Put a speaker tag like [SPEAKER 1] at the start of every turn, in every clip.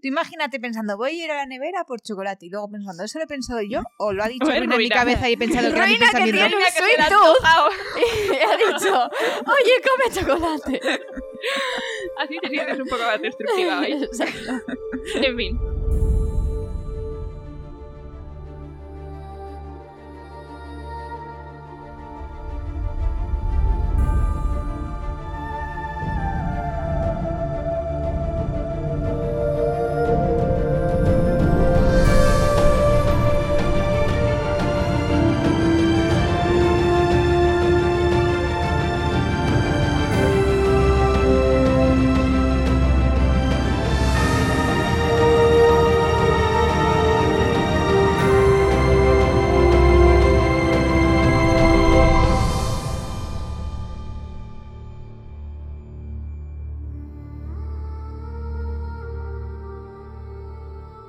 [SPEAKER 1] Tú imagínate pensando, voy a ir a la nevera por chocolate y luego pensando, ¿eso lo he pensado yo? ¿O lo ha dicho
[SPEAKER 2] O es
[SPEAKER 1] Ruina en mi
[SPEAKER 2] ruina.
[SPEAKER 1] cabeza y he pensado que era mi
[SPEAKER 3] Ruina que
[SPEAKER 1] pensamiento?
[SPEAKER 3] tiene-
[SPEAKER 2] Mira que se le ha
[SPEAKER 3] Soy tú.
[SPEAKER 2] antojado.
[SPEAKER 3] Y ha dicho, oye, come chocolate.
[SPEAKER 2] Así te sientes un poco más destructiva hoy.
[SPEAKER 3] Exacto.
[SPEAKER 2] En fin.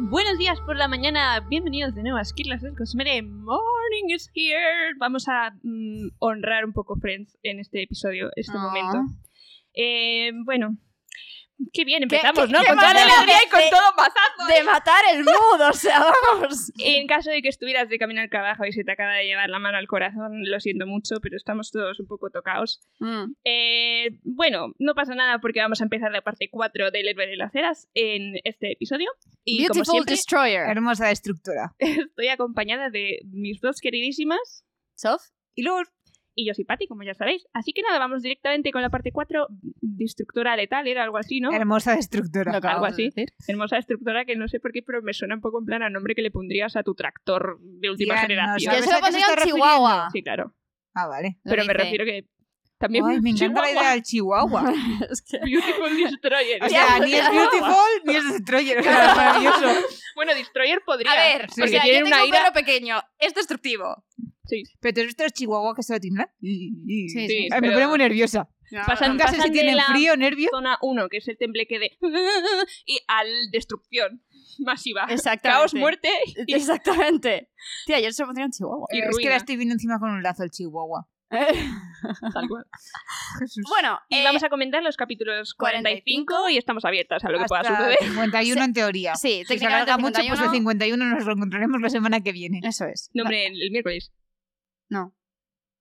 [SPEAKER 2] Buenos días por la mañana, bienvenidos de nuevo a Esquirlas del Cosmere. Morning is here. Vamos a mm, honrar un poco Friends en este episodio, este
[SPEAKER 3] Ah.
[SPEAKER 2] momento. Eh, bueno, qué bien, empezamos,
[SPEAKER 3] qué-
[SPEAKER 2] ¿no?
[SPEAKER 3] qué
[SPEAKER 2] Con toda la
[SPEAKER 3] manera
[SPEAKER 2] alegría y con
[SPEAKER 3] de-
[SPEAKER 2] todo mazazo.
[SPEAKER 3] De matar el mood, o sea, vamos.
[SPEAKER 2] En caso de que estuvieras de camino al trabajo y se te acaba de llevar la mano al corazón, lo siento mucho, pero estamos todos un poco tocados.
[SPEAKER 3] Mm.
[SPEAKER 2] Eh, bueno, no pasa nada porque vamos a empezar la parte 4 del Héroe de las Heras en este episodio. Y como
[SPEAKER 3] Beautiful
[SPEAKER 2] siempre,
[SPEAKER 3] Destroyer.
[SPEAKER 1] Hermosa destructora.
[SPEAKER 2] estoy acompañada de mis dos queridísimas
[SPEAKER 3] Sof.
[SPEAKER 2] y Lur. Y yo soy Patti, como ya sabéis. Así que nada, vamos directamente con la parte 4, destructora letal, era algo así, ¿no?
[SPEAKER 1] Hermosa destructora. Ah,
[SPEAKER 3] Lo
[SPEAKER 2] Algo
[SPEAKER 3] que acabamos de
[SPEAKER 2] así.
[SPEAKER 3] decir.
[SPEAKER 2] Hermosa destructora que no sé por qué, pero me suena un poco en plan al nombre que le pondrías a tu tractor de última
[SPEAKER 1] Tía, no
[SPEAKER 2] generación.
[SPEAKER 3] Yo
[SPEAKER 1] ¿Sabes
[SPEAKER 3] se lo
[SPEAKER 1] a qué se
[SPEAKER 3] pondría
[SPEAKER 1] está
[SPEAKER 3] en Chihuahua.
[SPEAKER 2] Sí, claro.
[SPEAKER 1] Ah, vale.
[SPEAKER 3] Lo
[SPEAKER 2] Pero me
[SPEAKER 3] dice.
[SPEAKER 2] refiero que también...
[SPEAKER 1] Ay, me encanta la idea del chihuahua.
[SPEAKER 3] Es que-
[SPEAKER 2] Beautiful Destroyer.
[SPEAKER 1] O sea,
[SPEAKER 3] Ya,
[SPEAKER 1] ni es
[SPEAKER 3] ya.
[SPEAKER 1] beautiful ni es destroyer. O sea, es maravilloso.
[SPEAKER 2] Bueno, Destroyer podría.
[SPEAKER 3] A ver,
[SPEAKER 1] Sí.
[SPEAKER 3] o sea,
[SPEAKER 2] tiene
[SPEAKER 3] yo tengo
[SPEAKER 2] una
[SPEAKER 3] un
[SPEAKER 2] ira-
[SPEAKER 3] perro pequeño, es destructivo.
[SPEAKER 2] Sí,
[SPEAKER 1] Pero ¿te has visto los chihuahua que se lo tiemblan? Sí,
[SPEAKER 3] Sí,
[SPEAKER 2] sí,
[SPEAKER 1] Ay, me
[SPEAKER 2] pero-
[SPEAKER 1] pone muy nerviosa.
[SPEAKER 2] Pasan-
[SPEAKER 1] Nunca sé si
[SPEAKER 2] de
[SPEAKER 1] tienen
[SPEAKER 2] la-
[SPEAKER 1] frío, nervio.
[SPEAKER 2] Zona 1, que es el tembleque de... Y al destrucción masiva.
[SPEAKER 3] Exactamente.
[SPEAKER 2] Caos, muerte y...
[SPEAKER 3] Exactamente. Tía, yo se lo pondría en Chihuahua.
[SPEAKER 2] y
[SPEAKER 1] es que
[SPEAKER 2] ruina.
[SPEAKER 1] la estoy viendo encima con un lazo el chihuahua.
[SPEAKER 2] Tal cual.
[SPEAKER 1] Jesús.
[SPEAKER 3] Bueno,
[SPEAKER 2] Y
[SPEAKER 3] eh,
[SPEAKER 2] vamos a comentar los capítulos 45,
[SPEAKER 3] 45,
[SPEAKER 2] y estamos abiertas a lo que pueda
[SPEAKER 1] Hasta
[SPEAKER 2] suceder.
[SPEAKER 1] 51 en teoría.
[SPEAKER 3] Sí,
[SPEAKER 1] Si se
[SPEAKER 3] técnicamente
[SPEAKER 1] alarga mucho, pues el
[SPEAKER 3] 51.
[SPEAKER 1] 51 nos lo encontraremos la semana que viene.
[SPEAKER 3] Eso es.
[SPEAKER 2] No, hombre, el, el miércoles.
[SPEAKER 3] No.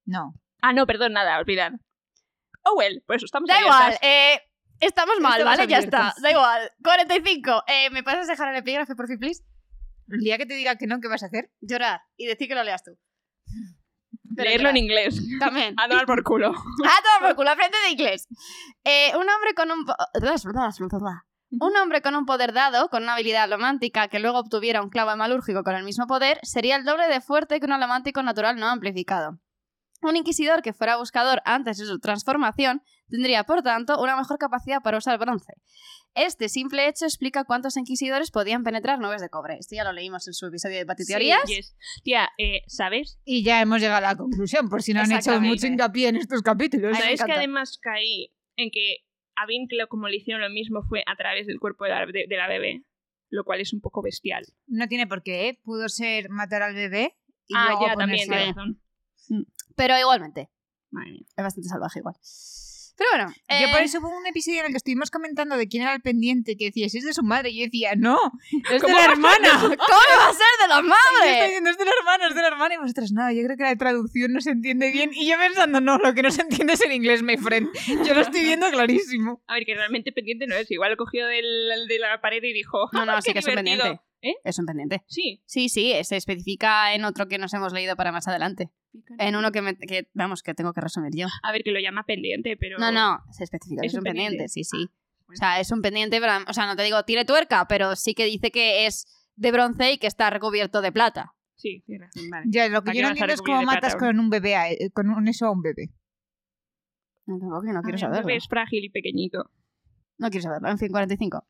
[SPEAKER 1] No.
[SPEAKER 2] Ah, no, perdón, nada, olvidad. Oh, well, pues estamos
[SPEAKER 3] Da
[SPEAKER 2] abiertas.
[SPEAKER 3] igual, eh, estamos mal,
[SPEAKER 1] Estamos
[SPEAKER 3] ¿vale? Ya
[SPEAKER 1] abiertas.
[SPEAKER 3] está, da igual. 45. Eh, ¿Me pasas a dejar el epígrafe, por fin, please?
[SPEAKER 1] El día que te diga que no, ¿qué vas a hacer?
[SPEAKER 3] Llorar y decir que lo leas tú. Pero
[SPEAKER 2] Leerlo en
[SPEAKER 3] llorar.
[SPEAKER 2] inglés.
[SPEAKER 3] También.
[SPEAKER 2] A tomar por culo.
[SPEAKER 3] Ah, toma por culo, frente de inglés. Eh, un hombre con un... po- Un hombre con un poder dado, con una habilidad alomántica que luego obtuviera un clavo malúrgico con el mismo poder, sería el doble de fuerte que un alomántico natural no amplificado. Un inquisidor que fuera buscador antes de su transformación tendría, por tanto, una mejor capacidad para usar bronce. Este simple hecho explica cuántos inquisidores podían penetrar nubes de cobre. Esto ya lo leímos en su episodio de Pati Teorías.
[SPEAKER 2] Sí, yes. Tía, eh, ¿sabes?
[SPEAKER 1] Y ya hemos llegado a la conclusión, por si no han hecho
[SPEAKER 3] Exactamente.
[SPEAKER 1] mucho hincapié en estos capítulos.
[SPEAKER 3] Ay, Pues me
[SPEAKER 2] ¿Sabéis que
[SPEAKER 3] encanta.
[SPEAKER 2] además caí en que a Vin, que lo- como le hicieron lo mismo, fue a través del cuerpo de la, de- de la bebé? Lo cual es un poco bestial.
[SPEAKER 1] No tiene por qué, ¿eh? Pudo ser matar al bebé y
[SPEAKER 2] ah,
[SPEAKER 1] luego
[SPEAKER 2] ya, también,
[SPEAKER 1] ponérselo.
[SPEAKER 2] tienes razón.
[SPEAKER 3] Pero igualmente,
[SPEAKER 2] Madre mía.
[SPEAKER 3] es bastante salvaje igual. Pero bueno,
[SPEAKER 1] Yo por
[SPEAKER 3] eh,
[SPEAKER 1] eso hubo un episodio en el que estuvimos comentando de quién era el pendiente, que decías, es de su madre. Y yo decía, no, es de
[SPEAKER 2] ¿Cómo
[SPEAKER 1] la
[SPEAKER 2] va a ser
[SPEAKER 1] hermana.
[SPEAKER 3] ¿Cómo va a ser de la
[SPEAKER 1] Y yo estaba
[SPEAKER 3] madre?
[SPEAKER 1] diciendo, es de la hermana, es de la hermana. Y vosotras, no, yo creo que la traducción no se entiende bien. Y yo pensando, no, lo que no se entiende es el inglés, my friend. Yo lo estoy viendo clarísimo.
[SPEAKER 2] A ver, que realmente pendiente no es. Igual lo cogió del, de la pared y dijo.
[SPEAKER 3] No, no, sí
[SPEAKER 2] qué
[SPEAKER 3] que es un
[SPEAKER 2] divertido.
[SPEAKER 3] pendiente.
[SPEAKER 2] ¿Eh?
[SPEAKER 3] Es un pendiente.
[SPEAKER 2] Sí.
[SPEAKER 3] Sí, sí, eh, se especifica en otro que nos hemos leído para más adelante. En uno que, me- que, vamos, que tengo que resumir yo.
[SPEAKER 2] A ver, que lo llama pendiente, pero.
[SPEAKER 3] No, no, se especifica, que
[SPEAKER 2] Es
[SPEAKER 3] es,
[SPEAKER 2] un
[SPEAKER 3] un pendiente,
[SPEAKER 2] pendiente.
[SPEAKER 3] sí, sí. O sea, es un pendiente, pero, o sea, no te digo tire tuerca, pero sí que dice que es de bronce y que está recubierto de plata.
[SPEAKER 2] Sí, tienes razón, vale.
[SPEAKER 1] Ya, lo que
[SPEAKER 2] ¿Para
[SPEAKER 1] yo
[SPEAKER 2] qué
[SPEAKER 1] no
[SPEAKER 2] vas a
[SPEAKER 1] entiendo es
[SPEAKER 2] recubrir
[SPEAKER 1] cómo
[SPEAKER 2] de
[SPEAKER 1] matas
[SPEAKER 2] plata?
[SPEAKER 1] con un bebé, a- eh, con un eso a un bebé.
[SPEAKER 3] No, tampoco, que no quiero
[SPEAKER 2] A ver,
[SPEAKER 3] saberlo.
[SPEAKER 2] Es frágil y pequeñito.
[SPEAKER 3] No quiero saberlo. En fin, 45.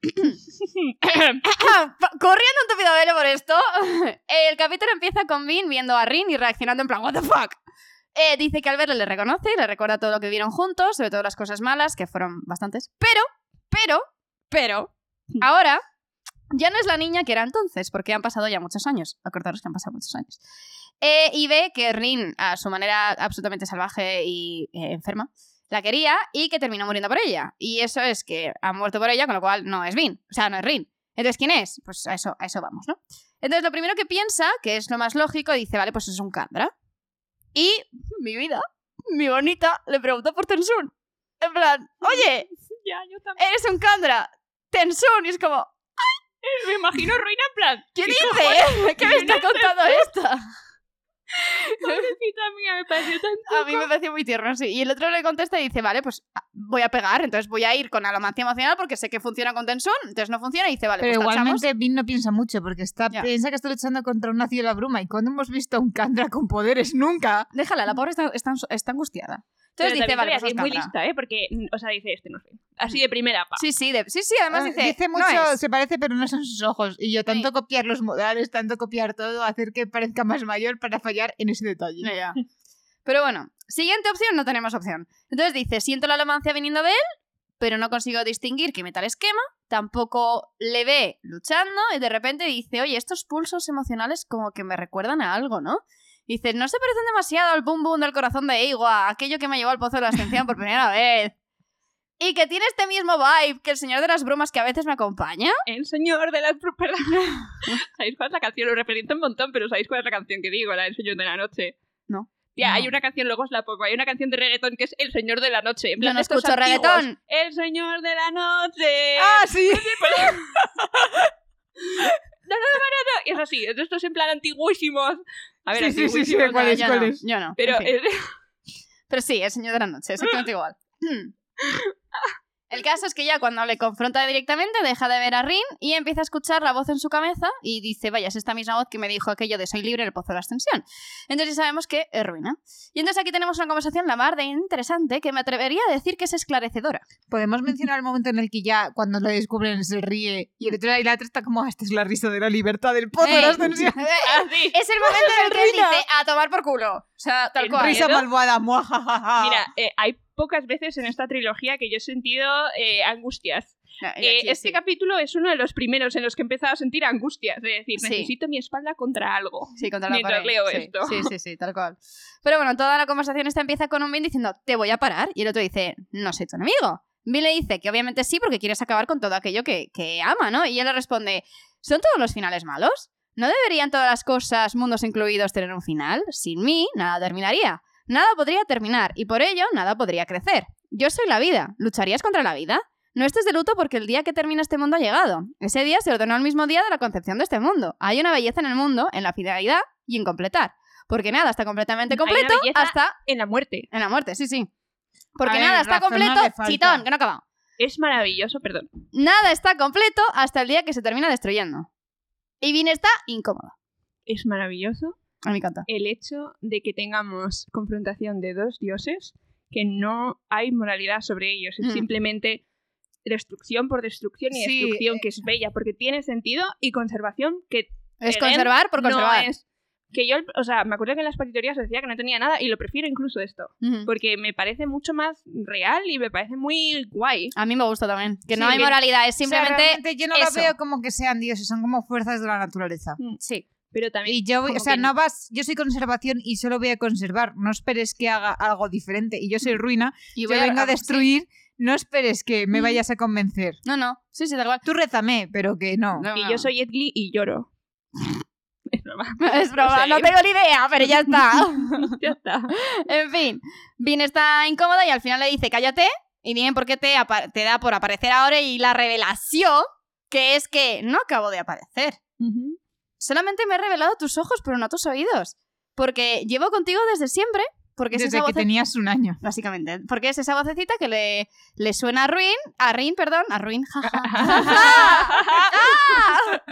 [SPEAKER 3] Corriendo un tupido velo por esto, el capítulo empieza con Vin viendo a Rin y reaccionando en plan, ¿What the fuck? Eh, dice que al verlo le reconoce y le recuerda todo lo que vieron juntos, sobre todo las cosas malas, que fueron bastantes. Pero, pero, pero, ahora ya no es la niña que era entonces, porque han pasado ya muchos años. Acordaros que han pasado muchos años. Eh, y ve que Rin, a su manera absolutamente salvaje y eh, enferma, la quería y que terminó muriendo por ella. Y eso es que ha muerto por ella, con lo cual no es Vin, o sea, no es Rin. Entonces, ¿quién es? Pues a eso, a eso vamos, ¿no? Entonces, lo primero que piensa, que es lo más lógico, dice, vale, pues es un Kandra. Y mi vida, mi bonita, le preguntó por Tensun. En plan, oye,
[SPEAKER 2] Ya, yo también.
[SPEAKER 3] eres un Kandra, Tensun. Y es como,
[SPEAKER 2] Eh, Me imagino ruina en plan.
[SPEAKER 3] ¿qué
[SPEAKER 2] ¿qué
[SPEAKER 3] dice? ¿Qué me está contando esta?
[SPEAKER 2] Pobrecita mía, me pareció tan
[SPEAKER 3] A mí me pareció muy tierno, sí. Y el otro le contesta y dice, vale, pues ah, voy a pegar, entonces voy a ir con alomancia emocional porque sé que funciona con Tensun, entonces no funciona y dice, vale,
[SPEAKER 1] Pero
[SPEAKER 3] pues tachamos.
[SPEAKER 1] igualmente Vin no piensa mucho porque está,
[SPEAKER 3] Ya.
[SPEAKER 1] piensa que está luchando contra un ácido de la bruma. ¿Y cuando hemos visto a un Kandra con poderes? Nunca.
[SPEAKER 3] Déjala, la pobre está, está, está angustiada.
[SPEAKER 2] Pero
[SPEAKER 3] Entonces dice,
[SPEAKER 2] también sabía
[SPEAKER 3] vale, pues
[SPEAKER 2] que es
[SPEAKER 3] vamos
[SPEAKER 2] muy
[SPEAKER 3] Kandra".
[SPEAKER 2] lista, ¿eh? Porque, mm, o sea, dice este, no sé. Así de primera, pa.
[SPEAKER 3] Sí, sí, de- sí, sí, además
[SPEAKER 1] Ah,
[SPEAKER 3] dice, "No
[SPEAKER 1] mucho,
[SPEAKER 3] es".
[SPEAKER 1] se parece, pero no son sus ojos. Y yo, tanto
[SPEAKER 3] Sí.
[SPEAKER 1] copiar los modales, tanto copiar todo, hacer que parezca más mayor para fallar en ese detalle.
[SPEAKER 3] Ya, ya. Pero bueno, siguiente opción, no tenemos opción. Entonces dice, siento la alomancia viniendo de él, pero no consigo distinguir qué metal es quema, tampoco le ve luchando y de repente dice, oye, estos pulsos emocionales como que me recuerdan a algo, ¿no? Dice, no se parecen demasiado al boom boom del corazón de Igua, aquello que me llevó al pozo de la ascensión por primera vez. Y que tiene este mismo vibe que el señor de las bromas que a veces me acompaña.
[SPEAKER 2] El señor de las... bru- Perdón. ¿Sabéis cuál es la canción? Lo repetí un montón, pero ¿sabéis cuál es la canción que digo? La del señor de la noche.
[SPEAKER 3] No.
[SPEAKER 2] Tía,
[SPEAKER 1] No.
[SPEAKER 2] hay una canción, luego os la pongo. Hay una canción de reggaetón que es El señor de la noche. En
[SPEAKER 3] Yo
[SPEAKER 2] plan,
[SPEAKER 3] no
[SPEAKER 2] estos
[SPEAKER 3] escucho
[SPEAKER 2] antiguos.
[SPEAKER 3] reggaetón.
[SPEAKER 2] El señor de la noche.
[SPEAKER 1] ¡Ah, sí!
[SPEAKER 2] Y es así, de estos en plan antiguísimos. A
[SPEAKER 1] Sí,
[SPEAKER 2] ver,
[SPEAKER 1] sí, sí, sí,
[SPEAKER 2] antiguísimos,
[SPEAKER 1] ¿cuál
[SPEAKER 2] ¿no?
[SPEAKER 1] es?
[SPEAKER 3] Ah, yo, no, yo no.
[SPEAKER 2] Pero
[SPEAKER 3] en fin.
[SPEAKER 2] es-
[SPEAKER 3] Pero sí, el señor de la noche, exactamente igual. El caso es que ya cuando le confronta directamente deja de ver a Rin y empieza a escuchar la voz en su cabeza y dice, vaya, es esta misma voz que me dijo aquello de soy libre en el pozo de la ascensión. Entonces ya sabemos que es ruina. Y entonces aquí tenemos una conversación la mar de interesante que me atrevería a decir que es esclarecedora.
[SPEAKER 1] Podemos mencionar el momento en el que ya, cuando lo descubren, se ríe y el otro y la otra está como, "Ah, esta es la risa de la libertad del pozo de la
[SPEAKER 3] ¡Ey!
[SPEAKER 1] ascensión.
[SPEAKER 2] así.
[SPEAKER 3] Eh, Es el momento en el que él
[SPEAKER 1] Ruina.
[SPEAKER 3] dice, a tomar por culo. O sea, tal
[SPEAKER 2] El
[SPEAKER 3] cual.
[SPEAKER 1] Risa
[SPEAKER 2] ¿no?
[SPEAKER 1] malvada, muajajaja.
[SPEAKER 2] Mira, eh, hay pocas veces en esta trilogía que yo he sentido eh, angustias.
[SPEAKER 3] Ya, ya,
[SPEAKER 2] Eh,
[SPEAKER 3] sí,
[SPEAKER 2] este
[SPEAKER 3] sí.
[SPEAKER 2] capítulo es uno de los primeros en los que he empezado a sentir angustias, de decir,
[SPEAKER 3] Sí.
[SPEAKER 2] necesito mi espalda contra algo.
[SPEAKER 3] Sí, contra la
[SPEAKER 2] Mientras
[SPEAKER 3] pared.
[SPEAKER 2] leo
[SPEAKER 3] sí,
[SPEAKER 2] esto.
[SPEAKER 3] Sí, sí, sí, tal cual. Pero bueno, toda la conversación esta empieza con un Vin diciendo, te voy a parar. Y el otro dice, no soy tu enemigo. Vin le dice que obviamente sí, porque quieres acabar con todo aquello que, que ama, ¿no? Y él le responde, ¿son todos los finales malos? ¿No deberían todas las cosas, mundos incluidos, tener un final? Sin mí, nada terminaría. Nada podría terminar y por ello nada podría crecer. Yo soy la vida. ¿Lucharías contra la vida? No estés de luto porque el día que termina este mundo ha llegado. Ese día se ordenó el mismo día de la concepción de este mundo. Hay una belleza en el mundo, en la fidelidad y en completar. Porque nada está completamente
[SPEAKER 2] Hay una
[SPEAKER 3] completo Ah.
[SPEAKER 2] belleza
[SPEAKER 3] hasta
[SPEAKER 2] En la muerte.
[SPEAKER 3] en la muerte, sí, sí. Porque
[SPEAKER 1] A ver,
[SPEAKER 3] nada está
[SPEAKER 1] razón no le
[SPEAKER 3] completo,
[SPEAKER 1] falta.
[SPEAKER 3] chitón, que no ha acabado.
[SPEAKER 2] Es maravilloso, perdón.
[SPEAKER 3] Nada está completo hasta el día que se termina destruyendo. Y Vin está incómodo.
[SPEAKER 2] Es maravilloso
[SPEAKER 3] A mí me encanta.
[SPEAKER 2] el hecho de que tengamos confrontación de dos dioses que no hay moralidad sobre ellos, es
[SPEAKER 3] Mm.
[SPEAKER 2] simplemente destrucción por destrucción y
[SPEAKER 1] Sí,
[SPEAKER 2] destrucción que
[SPEAKER 3] eh,
[SPEAKER 2] es bella porque tiene sentido y conservación que
[SPEAKER 3] Es
[SPEAKER 2] Eren
[SPEAKER 3] conservar por
[SPEAKER 2] no
[SPEAKER 3] conservar.
[SPEAKER 2] es- que yo, o sea, me acuerdo que en las partiturías decía que no tenía nada y lo prefiero incluso esto,
[SPEAKER 3] Ujú.
[SPEAKER 2] porque me parece mucho más real y me parece muy guay.
[SPEAKER 3] A mí me gusta también. Que no
[SPEAKER 2] Sí,
[SPEAKER 3] hay
[SPEAKER 2] que-
[SPEAKER 3] moralidad, es
[SPEAKER 1] O sea,
[SPEAKER 3] simplemente...
[SPEAKER 1] realmente yo no la
[SPEAKER 3] eso. Mm,
[SPEAKER 1] veo como que sean dioses, son como fuerzas de la naturaleza.
[SPEAKER 3] Sí.
[SPEAKER 2] Pero también
[SPEAKER 1] Y yo, voy- o
[SPEAKER 2] como
[SPEAKER 1] sea,
[SPEAKER 2] que-
[SPEAKER 1] no vas, yo soy conservación y solo voy a conservar. No esperes que haga algo diferente. Y yo soy ruina,
[SPEAKER 3] Mm. Y
[SPEAKER 1] yo
[SPEAKER 3] voy a-
[SPEAKER 1] vengo a
[SPEAKER 3] ah, sí.
[SPEAKER 1] destruir. No esperes que me
[SPEAKER 3] Mm.
[SPEAKER 1] vayas a convencer.
[SPEAKER 3] No, no. Sí, sí, tal cual.
[SPEAKER 1] Tú rézame, pero que no.
[SPEAKER 3] No,
[SPEAKER 2] y
[SPEAKER 3] no.
[SPEAKER 2] yo soy Edgly y lloro. Es broma.
[SPEAKER 3] Es broma,
[SPEAKER 2] sé.
[SPEAKER 3] no tengo ni idea, pero ya está.
[SPEAKER 2] Ya está.
[SPEAKER 3] en fin, Vin está incómoda y al final le dice, cállate, y dime por qué te, apa- te da por aparecer ahora y la revelación, que es que no acabo de aparecer. Solamente me he revelado tus ojos, pero no tus oídos. Porque llevo contigo desde siempre, porque es
[SPEAKER 1] Desde
[SPEAKER 3] esa
[SPEAKER 1] que
[SPEAKER 3] vocecita-
[SPEAKER 1] tenías un año.
[SPEAKER 3] Básicamente, porque es esa vocecita que le, le suena a Ruin, a Rin, perdón, a Ruin, ja, ja, ja, ja, ja.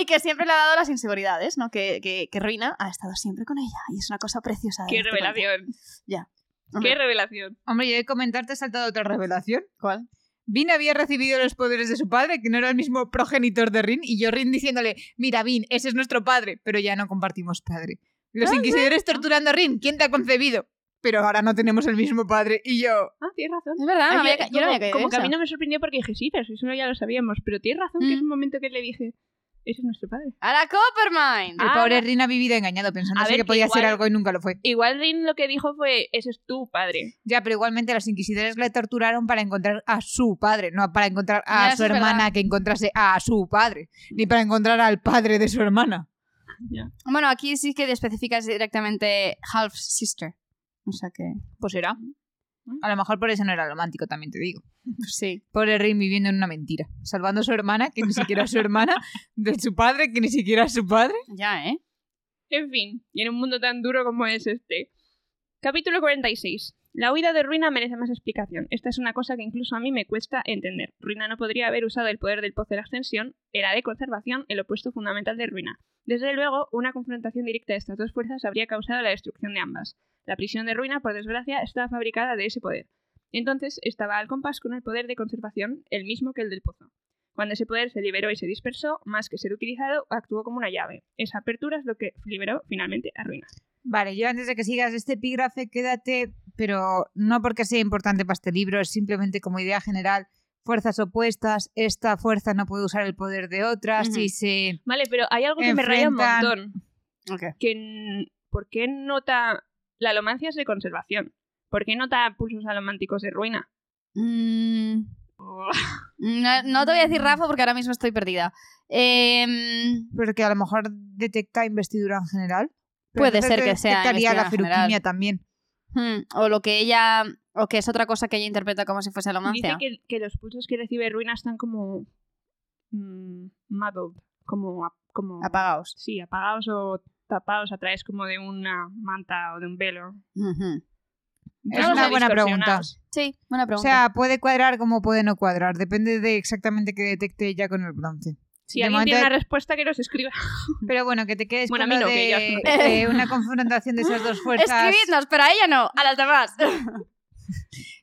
[SPEAKER 3] y que siempre le ha dado las inseguridades, ¿no? Que, que, que Ruina ha estado siempre con ella y es una cosa preciosa. de
[SPEAKER 2] Qué
[SPEAKER 3] darte cuenta.
[SPEAKER 2] revelación.
[SPEAKER 3] Ya.
[SPEAKER 2] Qué
[SPEAKER 3] Este, Hombre.
[SPEAKER 2] revelación.
[SPEAKER 1] Hombre, yo de comentarte he saltado otra revelación.
[SPEAKER 3] ¿Cuál?
[SPEAKER 1] Vin había recibido los poderes de su padre, que no era el mismo progenitor de Rin, y yo Rin diciéndole, mira Vin, ese es nuestro padre, pero ya no compartimos padre. Los inquisidores torturando a Rin, ¿quién te ha concebido? Pero ahora no tenemos el mismo padre, y yo...
[SPEAKER 2] Ah, tienes razón.
[SPEAKER 3] Es verdad, no
[SPEAKER 2] Ay,
[SPEAKER 3] había
[SPEAKER 2] yo-
[SPEAKER 3] ca- yo no había caído
[SPEAKER 2] como
[SPEAKER 3] en
[SPEAKER 2] que a mí
[SPEAKER 3] eso.
[SPEAKER 2] no me sorprendió porque dije, sí, pero si eso ya lo sabíamos. Pero tienes razón que
[SPEAKER 3] Mm.
[SPEAKER 2] es un momento que le dije, Ese es nuestro padre.
[SPEAKER 3] ¡A la Coppermine!
[SPEAKER 1] El
[SPEAKER 2] Ah.
[SPEAKER 1] pobre Rin ha vivido engañado pensando
[SPEAKER 2] A ver,
[SPEAKER 1] que
[SPEAKER 2] que
[SPEAKER 1] podía ser
[SPEAKER 2] igual-
[SPEAKER 1] algo y nunca lo fue.
[SPEAKER 2] Igual Rin lo que dijo fue, ese es tu padre.
[SPEAKER 1] Ya, pero igualmente los inquisidores le torturaron para encontrar a su padre, no para encontrar a
[SPEAKER 3] Ya,
[SPEAKER 1] su
[SPEAKER 3] eso es
[SPEAKER 1] hermana
[SPEAKER 3] verdad.
[SPEAKER 1] que encontrase a su padre, ni para encontrar al padre de su hermana.
[SPEAKER 3] Bueno, aquí sí que especificas directamente half sister. O sea que.
[SPEAKER 1] Pues era. A lo mejor por eso no era romántico, también te digo.
[SPEAKER 3] Sí.
[SPEAKER 1] Pobre Rin viviendo en una mentira, salvando a su hermana, que ni siquiera es su hermana, de su padre, que ni siquiera es su padre.
[SPEAKER 3] Ya, ¿eh?
[SPEAKER 2] En fin, y en un mundo tan duro como es este. Capítulo 46. La huida de Ruina merece más explicación. Esta es una cosa que incluso a mí me cuesta entender. Ruina no podría haber usado el poder del pozo de la ascensión, era de conservación, el opuesto fundamental de Ruina. Desde luego, una confrontación directa de estas dos fuerzas habría causado la destrucción de ambas. La prisión de Ruina, por desgracia, estaba fabricada de ese poder. Entonces estaba al compás con el poder de conservación, el mismo que el del pozo. Cuando ese poder se liberó y se dispersó, más que ser utilizado, actuó como una llave. Esa apertura es lo que liberó finalmente a Ruina.
[SPEAKER 1] Vale, yo antes de que sigas este epígrafe, quédate, pero no porque sea importante para este libro, es simplemente como idea general, fuerzas opuestas, esta fuerza no puede usar el poder de otras
[SPEAKER 3] Ujú.
[SPEAKER 1] y se...
[SPEAKER 2] Vale, pero hay algo que me raya un
[SPEAKER 1] Enfrentan-
[SPEAKER 2] montón.
[SPEAKER 3] Ok.
[SPEAKER 2] Que n- ¿Por qué nota la alomancia es de conservación? ¿Por qué nota pulsos alománticos de ruina?
[SPEAKER 3] Mm, no, no te voy a decir Rafa porque ahora mismo estoy perdida. Em,
[SPEAKER 1] Pero que a lo mejor detecta investidura en general. Pero
[SPEAKER 3] Puede
[SPEAKER 1] entonces
[SPEAKER 3] ser que
[SPEAKER 1] de-
[SPEAKER 3] sea
[SPEAKER 1] Detectaría la
[SPEAKER 3] investidura en general.
[SPEAKER 1] feruquimia también.
[SPEAKER 3] hmm, o lo que ella. O que es otra cosa que ella interpreta como si fuese
[SPEAKER 2] Dice
[SPEAKER 3] alomancia.
[SPEAKER 2] que, que los pulsos que recibe ruina están como... mm, muddled, como... ap- como
[SPEAKER 3] Apagaos.
[SPEAKER 2] Sí, apagados o tapados a través como de una manta o de un velo.
[SPEAKER 3] Ujú.
[SPEAKER 1] Es
[SPEAKER 2] Como
[SPEAKER 1] una buena pregunta.
[SPEAKER 2] distorsionados.
[SPEAKER 3] Sí, buena
[SPEAKER 1] O
[SPEAKER 3] pregunta.
[SPEAKER 1] sea, puede cuadrar como puede no cuadrar. Depende de exactamente que detecte ella con el bronce.
[SPEAKER 2] Si
[SPEAKER 1] De
[SPEAKER 2] alguien
[SPEAKER 1] momento-
[SPEAKER 2] tiene una respuesta, que nos escriba.
[SPEAKER 1] Pero bueno, que te quedes
[SPEAKER 2] Bueno,
[SPEAKER 1] con
[SPEAKER 2] a mí
[SPEAKER 1] lo
[SPEAKER 2] no, que yo
[SPEAKER 1] de,
[SPEAKER 3] no.
[SPEAKER 1] de una confrontación de esas dos fuerzas.
[SPEAKER 3] Escribidnos, pero a ella no, a las demás.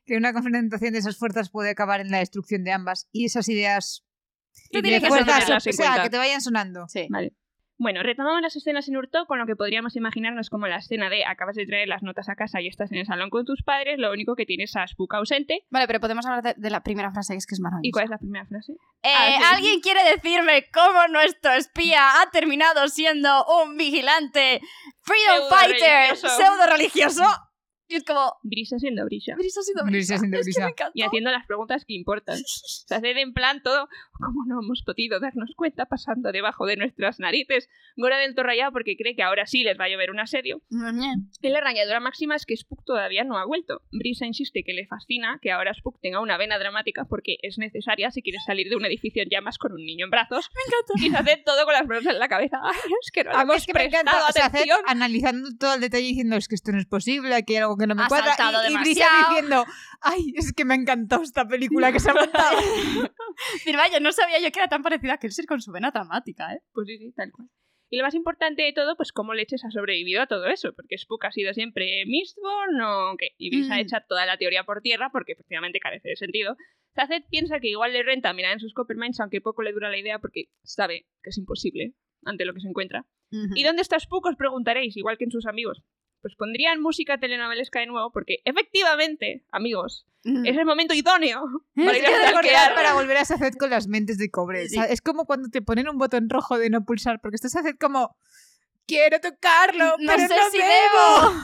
[SPEAKER 1] Que una confrontación de esas fuerzas puede acabar en la destrucción de ambas. Y esas ideas
[SPEAKER 3] Tú
[SPEAKER 1] de
[SPEAKER 2] Y
[SPEAKER 3] tienes que
[SPEAKER 2] tienes
[SPEAKER 1] fuerzas,
[SPEAKER 2] tenerlas
[SPEAKER 1] o
[SPEAKER 2] en
[SPEAKER 1] sea,
[SPEAKER 2] cuenta.
[SPEAKER 1] que te vayan sonando.
[SPEAKER 3] Sí.
[SPEAKER 2] Vale. Bueno, retomamos las escenas en Hurtó con lo que podríamos imaginarnos como la escena de acabas de traer las notas a casa y estás en el salón con tus padres, lo único que tienes a Spook ausente.
[SPEAKER 3] Vale, pero podemos hablar de, de la primera frase, que es que es maravillosa.
[SPEAKER 2] ¿Y cuál es la primera frase?
[SPEAKER 3] Eh,
[SPEAKER 2] Ah, sí.
[SPEAKER 3] ¿Alguien quiere decirme cómo nuestro espía ha terminado siendo un vigilante, freedom fighter,
[SPEAKER 2] Pseudo-religioso.
[SPEAKER 3] pseudo religioso? Y es como,
[SPEAKER 2] Brisa siendo brisa.
[SPEAKER 3] brisa siendo
[SPEAKER 1] Brisa
[SPEAKER 3] brisa.
[SPEAKER 1] siendo
[SPEAKER 3] es que
[SPEAKER 1] brisa.
[SPEAKER 3] me encantó.
[SPEAKER 2] Y haciendo las preguntas que importan. Se hace en plan todo, como no hemos podido darnos cuenta pasando debajo de nuestras narices. Gora del Torrayado porque cree que ahora sí les va a llover un asedio. Y la rayadura máxima es que Spook todavía no ha vuelto. Brisa insiste que le fascina que ahora Spook tenga una vena dramática porque es necesaria si quiere salir de un edificio en llamas con un niño en brazos. Me encanta. Y se hace todo con las manos en la cabeza. Ay, es que no le
[SPEAKER 1] A mí
[SPEAKER 2] hemos
[SPEAKER 1] es que me
[SPEAKER 2] prestado
[SPEAKER 1] encanta o sea, hacer-
[SPEAKER 2] atención.
[SPEAKER 1] analizando todo el detalle diciendo es que esto no es posible, aquí hay algo que no me
[SPEAKER 3] Ha
[SPEAKER 1] cuadra.
[SPEAKER 3] saltado
[SPEAKER 1] Y, y Brisa
[SPEAKER 3] demasiado.
[SPEAKER 1] diciendo, ay, es que me ha encantado esta película que se ha montado.
[SPEAKER 3] Decir, vaya, no sabía yo que era tan parecida a Kelser con su vena dramática, ¿eh?
[SPEAKER 2] Pues sí, sí, tal cual. Y lo más importante de todo, pues cómo leches ha sobrevivido a todo eso, porque Spook ha sido siempre Mistborn o qué. Y Brisa
[SPEAKER 3] Mm.
[SPEAKER 2] echa toda la teoría por tierra porque efectivamente carece de sentido. Saced piensa que igual le renta mirar en sus Coppermines, aunque poco le dura la idea porque sabe que es imposible ante lo que se encuentra. ¿Y dónde está Spook? Os preguntaréis, igual que en sus amigos. Pues pondrían música telenovelesca de nuevo, porque efectivamente, amigos,
[SPEAKER 3] Ujú.
[SPEAKER 2] es el momento idóneo
[SPEAKER 3] Es
[SPEAKER 2] para ir a
[SPEAKER 3] que
[SPEAKER 2] stalkear.
[SPEAKER 1] Recordad para volver a hacer con las mentes de cobre.
[SPEAKER 3] Sí.
[SPEAKER 1] O sea, es como cuando te ponen un botón rojo de no pulsar, porque estás hacer como, quiero tocarlo,
[SPEAKER 3] No
[SPEAKER 1] pero
[SPEAKER 3] sé
[SPEAKER 1] no
[SPEAKER 3] si
[SPEAKER 1] debo.
[SPEAKER 3] debo.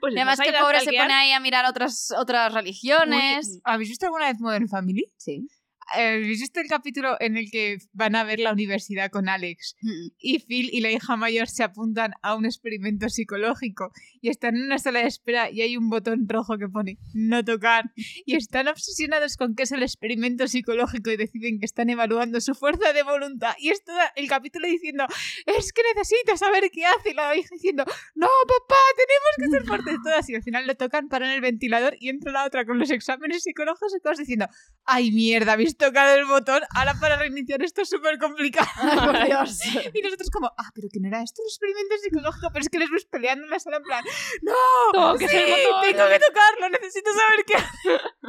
[SPEAKER 2] Pues
[SPEAKER 3] Y
[SPEAKER 2] eso,
[SPEAKER 3] además
[SPEAKER 2] nos ha
[SPEAKER 3] que
[SPEAKER 2] ido a
[SPEAKER 3] pobre se
[SPEAKER 2] stalkear.
[SPEAKER 3] pone ahí a mirar otras, otras religiones.
[SPEAKER 1] Uy, ¿Habéis visto alguna vez Modern Family? Sí. ¿Habéis visto el capítulo en el que van a ver la universidad con Alex?
[SPEAKER 3] Mm.
[SPEAKER 1] y Phil y la hija mayor se apuntan a un experimento psicológico y están en una sala de espera y hay un botón rojo que pone no tocar y están obsesionados con qué es el experimento psicológico y deciden que están evaluando su fuerza de voluntad y es todo el capítulo diciendo es que necesito saber qué hace y la hija diciendo no papá tenemos que ser fuertes todas y al final lo tocan paran el ventilador y entra la otra con los exámenes psicológicos y todas diciendo ay mierda habéis tocado el botón ahora para reiniciar esto es súper complicado
[SPEAKER 3] Ay, por Dios.
[SPEAKER 1] y nosotros como, ah, pero que no era esto un experimento psicológico, pero es que les ves peleando en la sala en plan, no,
[SPEAKER 2] Tengo
[SPEAKER 1] sí,
[SPEAKER 2] que ser botón".
[SPEAKER 1] tengo que tocarlo, necesito saber qué.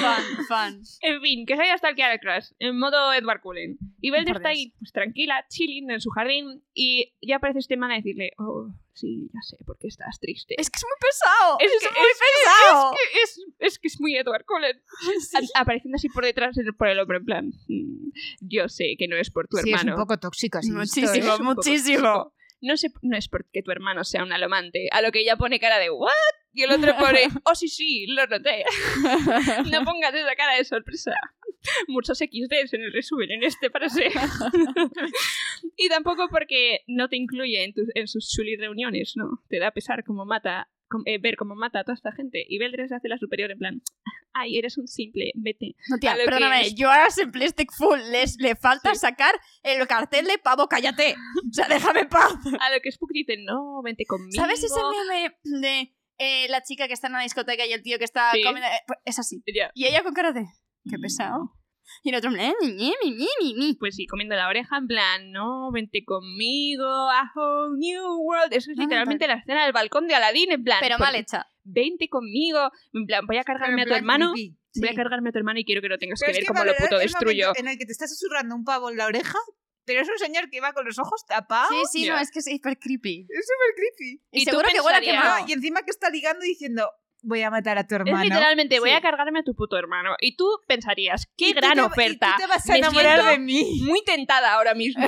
[SPEAKER 3] Fan, fan.
[SPEAKER 2] En fin, que se haya stalkear al Crash, en modo Edward Cullen. Y Belder
[SPEAKER 3] Por
[SPEAKER 2] está ahí, pues tranquila, chilling en su jardín, y ya aparece este man a decirle, oh, sí, ya sé por qué estás triste.
[SPEAKER 3] Es que es muy pesado.
[SPEAKER 2] Es
[SPEAKER 3] Es,
[SPEAKER 2] que-
[SPEAKER 3] muy pesado.
[SPEAKER 2] que es, es que es muy Edward Cullen. A- Apareciendo así por detrás en- por el hombro, en plan, "Mm, yo sé que no es por tu
[SPEAKER 1] Sí, es un
[SPEAKER 2] hermano.
[SPEAKER 1] poco tóxico así.
[SPEAKER 3] Muchísimo.
[SPEAKER 2] Es un poco
[SPEAKER 3] muchísimo.
[SPEAKER 2] tóxico. No, sé, no es porque tu hermano sea un alomante. A lo que ella pone cara de, ¿what? Y el otro pone, oh sí, sí, lo noté. No pongas esa cara de sorpresa. Muchos XDs en el resumen en este paraseo. y tampoco porque no te incluye en, tus- en sus chulis reuniones, ¿no? Te da pesar como mata, com- eh, ver cómo mata a toda esta gente. Y Beldres hace la superior en plan, ay, eres un simple, vete.
[SPEAKER 3] No,
[SPEAKER 2] A
[SPEAKER 3] tía,
[SPEAKER 2] lo que es-
[SPEAKER 3] perdóname, yo ahora Simplistic Full les le falta sacar el cartel de pavo, cállate. O sea, déjame en paz.
[SPEAKER 2] A lo que Spook dice, no, vente conmigo.
[SPEAKER 3] ¿Sabes ese meme de eh, la chica que está en la discoteca y el tío que está
[SPEAKER 2] Sí. Mm.
[SPEAKER 3] comiendo? eh, pues es así.
[SPEAKER 2] Ya.
[SPEAKER 3] Y ella con cara de. Qué pesado. Y el otro, eh, ni, ni, ni, ni, ni, ni.
[SPEAKER 2] Pues sí, comiendo la oreja, en plan, no, vente conmigo, a whole new world. Eso es
[SPEAKER 3] Ah,
[SPEAKER 2] literalmente la escena del balcón de Aladdin, en plan.
[SPEAKER 3] Pero
[SPEAKER 2] por-
[SPEAKER 3] mal hecha.
[SPEAKER 2] Vente conmigo, en plan, voy a
[SPEAKER 1] Pero en
[SPEAKER 2] cargarme a tu
[SPEAKER 1] plan
[SPEAKER 2] hermano.
[SPEAKER 1] creepy.
[SPEAKER 2] Voy a
[SPEAKER 3] Sí.
[SPEAKER 2] cargarme a tu hermano y quiero que lo tengas
[SPEAKER 1] Pero
[SPEAKER 2] que ver
[SPEAKER 1] es
[SPEAKER 2] como lo
[SPEAKER 1] valorad
[SPEAKER 2] puto
[SPEAKER 1] el
[SPEAKER 2] destruyo.
[SPEAKER 1] momento En el que te está susurrando un pavo en la oreja, pero es un señor que va con los ojos tapados.
[SPEAKER 3] Sí, sí,
[SPEAKER 2] Ya.
[SPEAKER 3] no, es que es hiper creepy.
[SPEAKER 1] Es súper creepy.
[SPEAKER 3] Y,
[SPEAKER 2] Y tú
[SPEAKER 3] seguro que huele a
[SPEAKER 2] pensarías-
[SPEAKER 3] quemado.
[SPEAKER 1] No, y encima que está ligando diciendo, voy a matar a tu
[SPEAKER 2] Es
[SPEAKER 1] hermano.
[SPEAKER 2] literalmente, voy
[SPEAKER 3] Sí.
[SPEAKER 2] a cargarme a tu puto hermano. Y tú pensarías, qué
[SPEAKER 1] Y tú
[SPEAKER 2] gran
[SPEAKER 1] te-
[SPEAKER 2] oferta.
[SPEAKER 1] Y tú te vas a
[SPEAKER 2] Me
[SPEAKER 1] enamorar
[SPEAKER 2] siento
[SPEAKER 1] de mí.
[SPEAKER 2] muy tentada ahora mismo.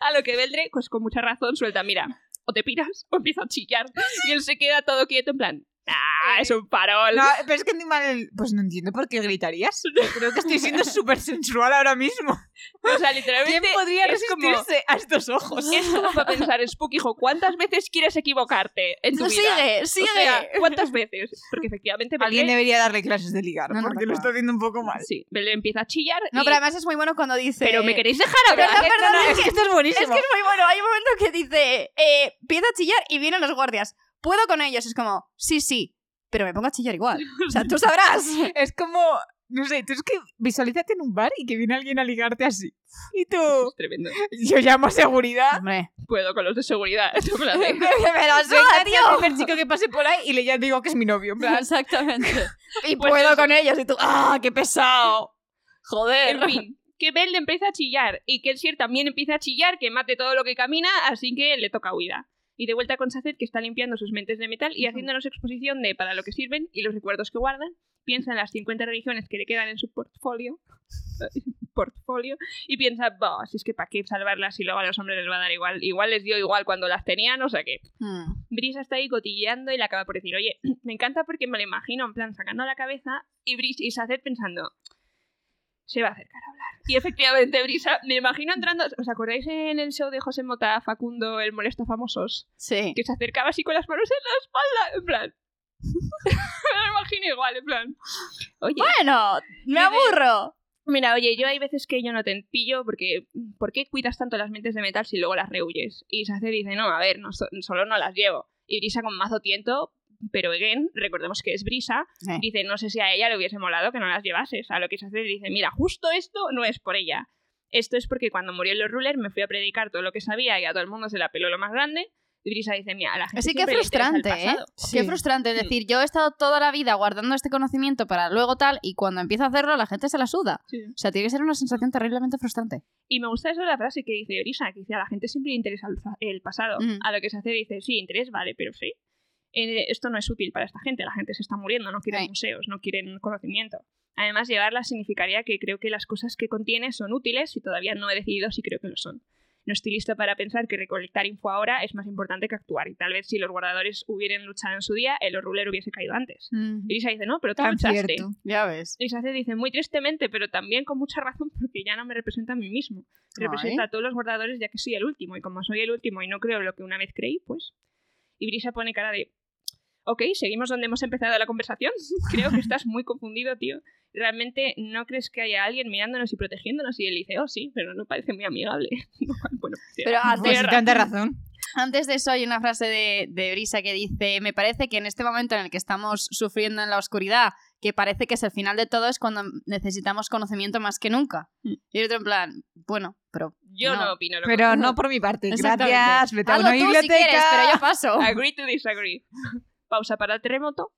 [SPEAKER 2] a lo que Beldre, pues con mucha razón, suelta, mira, o te piras o empieza a chillar. Y él se queda todo quieto en plan, ah,
[SPEAKER 1] Eh,
[SPEAKER 2] es un farol.
[SPEAKER 1] No, pero es que encima, el- pues no entiendo por qué gritarías. Creo que estoy siendo súper sensual ahora mismo.
[SPEAKER 2] O sea, literalmente
[SPEAKER 1] ¿Quién podría
[SPEAKER 2] es como...
[SPEAKER 1] resistirse a estos ojos?
[SPEAKER 2] Es como para pensar, Spook, hijo, ¿cuántas veces quieres equivocarte en tu
[SPEAKER 3] No,
[SPEAKER 2] vida?
[SPEAKER 3] sigue, sigue.
[SPEAKER 2] O sea, ¿cuántas veces? Porque efectivamente Beldre-
[SPEAKER 1] Alguien debería darle clases de ligar,
[SPEAKER 3] No, no,
[SPEAKER 1] porque lo
[SPEAKER 3] no, no.
[SPEAKER 1] está haciendo un poco mal.
[SPEAKER 2] Sí, Beldre empieza a chillar
[SPEAKER 3] no,
[SPEAKER 2] y-
[SPEAKER 3] pero además es muy bueno cuando dice.
[SPEAKER 2] "¿Pero me queréis dejar
[SPEAKER 3] Perdón,
[SPEAKER 2] hablar? ¿eh?
[SPEAKER 3] perdón,
[SPEAKER 1] No, no,
[SPEAKER 3] es que-
[SPEAKER 1] esto es
[SPEAKER 3] Es que
[SPEAKER 1] buenísimo.
[SPEAKER 3] es muy bueno. Hay un momento que dice, eh, empieza a chillar y vienen los guardias. ¿Puedo con ellos? Es como, sí, sí, pero me pongo a chillar igual. O sea, tú sabrás.
[SPEAKER 1] Es como, no sé, tú es que visualízate en un bar y que viene alguien a ligarte así. Y tú,
[SPEAKER 2] Es tremendo.
[SPEAKER 1] yo llamo a seguridad.
[SPEAKER 3] Hombre.
[SPEAKER 2] Puedo con los de seguridad. esto me lo hacen.
[SPEAKER 3] pero
[SPEAKER 1] Soy
[SPEAKER 3] suba,
[SPEAKER 1] el
[SPEAKER 3] tío.
[SPEAKER 1] primer chico que pase por ahí y le ya digo que es mi novio. en plan,
[SPEAKER 3] Exactamente. Y
[SPEAKER 2] Pues
[SPEAKER 3] puedo
[SPEAKER 2] eso.
[SPEAKER 3] con ellos y tú, ¡ah, qué pesado! Joder.
[SPEAKER 2] En fin, que Belle empieza a chillar y que el Sir también empieza a chillar, que mate todo lo que camina, así que le toca huida. Y de vuelta con Saced, que está limpiando sus mentes de metal y
[SPEAKER 3] Ujú.
[SPEAKER 2] haciéndonos exposición de para lo que sirven y los recuerdos que guardan. Piensa en las 50 religiones que le quedan en su portfolio. portfolio y piensa, "Bah, si es que para qué salvarlas si luego a los hombres les va a dar igual. Igual les dio igual cuando las tenían, o sea que
[SPEAKER 3] Hmm.
[SPEAKER 2] Brisa está ahí cotilleando y le acaba por decir, oye, me encanta porque me lo imagino, en plan, sacando la cabeza y Brisa y Saced pensando, se va a acercar a hablar. Y efectivamente, Brisa, me imagino entrando, ¿os acordáis en el show de José Mota, Facundo, el molesto famosos?
[SPEAKER 3] Sí.
[SPEAKER 2] Que se acercaba así con las manos en la espalda, en plan. me lo imagino igual, en plan. Oye,
[SPEAKER 3] Bueno, me
[SPEAKER 2] Qué
[SPEAKER 3] aburro.
[SPEAKER 2] Mira, oye, yo hay veces que yo no te empillo porque mm, ¿por qué cuidas tanto las mentes de metal si luego las rehuyes? Y Sace dice, no, a ver, no, so- solo no las llevo. Y Brisa con mazo tiento, pero again, recordemos que es Brisa,
[SPEAKER 3] Eh.
[SPEAKER 2] dice, no sé si a ella le hubiese molado que no las llevases. A lo que Sace dice, mira, justo esto no es por ella. Esto es porque cuando murió los ruler me fui a predicar todo lo que sabía y a todo el mundo se la peló lo más grande. Y Brisa dice, mira, a la gente
[SPEAKER 3] Así que
[SPEAKER 2] siempre le interesa el
[SPEAKER 3] frustrante, ¿eh?
[SPEAKER 2] pasado".
[SPEAKER 3] Qué frustrante.
[SPEAKER 1] Mm.
[SPEAKER 3] Es decir, yo he estado toda la vida guardando este conocimiento para luego tal, y cuando empiezo a hacerlo, la gente se la suda.
[SPEAKER 2] Sí.
[SPEAKER 3] O sea, tiene que ser una sensación terriblemente frustrante.
[SPEAKER 2] Y me gusta eso de la frase que dice Orisa, que dice a la gente siempre le interesa el, fa- el pasado.
[SPEAKER 3] Mm.
[SPEAKER 2] A lo que se hace dice, sí, interés vale, pero sí. Eh, esto no es útil para esta gente, la gente se está muriendo, no quieren
[SPEAKER 3] Ay.
[SPEAKER 2] museos, no quieren conocimiento. Además, llevarla significaría que creo que las cosas que contiene son útiles y todavía no he decidido si creo que lo son. No estoy lista para pensar que recolectar info ahora es más importante que actuar, y tal vez si los guardadores hubieran luchado en su día, el ruler hubiese caído antes. Orisa dice, no, pero tú
[SPEAKER 1] Mm. Tan
[SPEAKER 2] luchaste.
[SPEAKER 1] cierto.
[SPEAKER 3] Ya ves.
[SPEAKER 2] Y Sace dice, muy tristemente, pero también con mucha razón, porque ya no me representa a mí mismo. Representa a todos los guardadores ya que soy el último. Y como soy el último y no creo lo que una vez creí, pues... Y Brisa pone cara de... Ok, seguimos donde hemos empezado la conversación. Creo que estás muy confundido, tío. ¿Realmente no crees que haya alguien mirándonos y protegiéndonos? Y él dice, oh sí, pero no parece muy amigable. bueno, tío.
[SPEAKER 3] Pero antes,
[SPEAKER 1] Pues sí, tanta razón.
[SPEAKER 3] antes de eso hay una frase de, de Brisa que dice, me parece que en este momento en el que estamos sufriendo en la oscuridad, que parece que es el final de todo, es cuando necesitamos conocimiento más que nunca.
[SPEAKER 2] Mm.
[SPEAKER 3] Y el otro en plan, bueno, pero...
[SPEAKER 2] yo no,
[SPEAKER 3] no.
[SPEAKER 2] opino lo
[SPEAKER 1] Pero
[SPEAKER 2] mismo.
[SPEAKER 1] no por mi parte.
[SPEAKER 3] Exactamente.
[SPEAKER 1] Gracias. Vete a
[SPEAKER 3] Hazlo
[SPEAKER 1] una
[SPEAKER 3] tú si
[SPEAKER 1] biblioteca.
[SPEAKER 3] quieres, pero yo
[SPEAKER 2] Oh.
[SPEAKER 3] paso.
[SPEAKER 2] Agree to disagree. Pausa para el terremoto.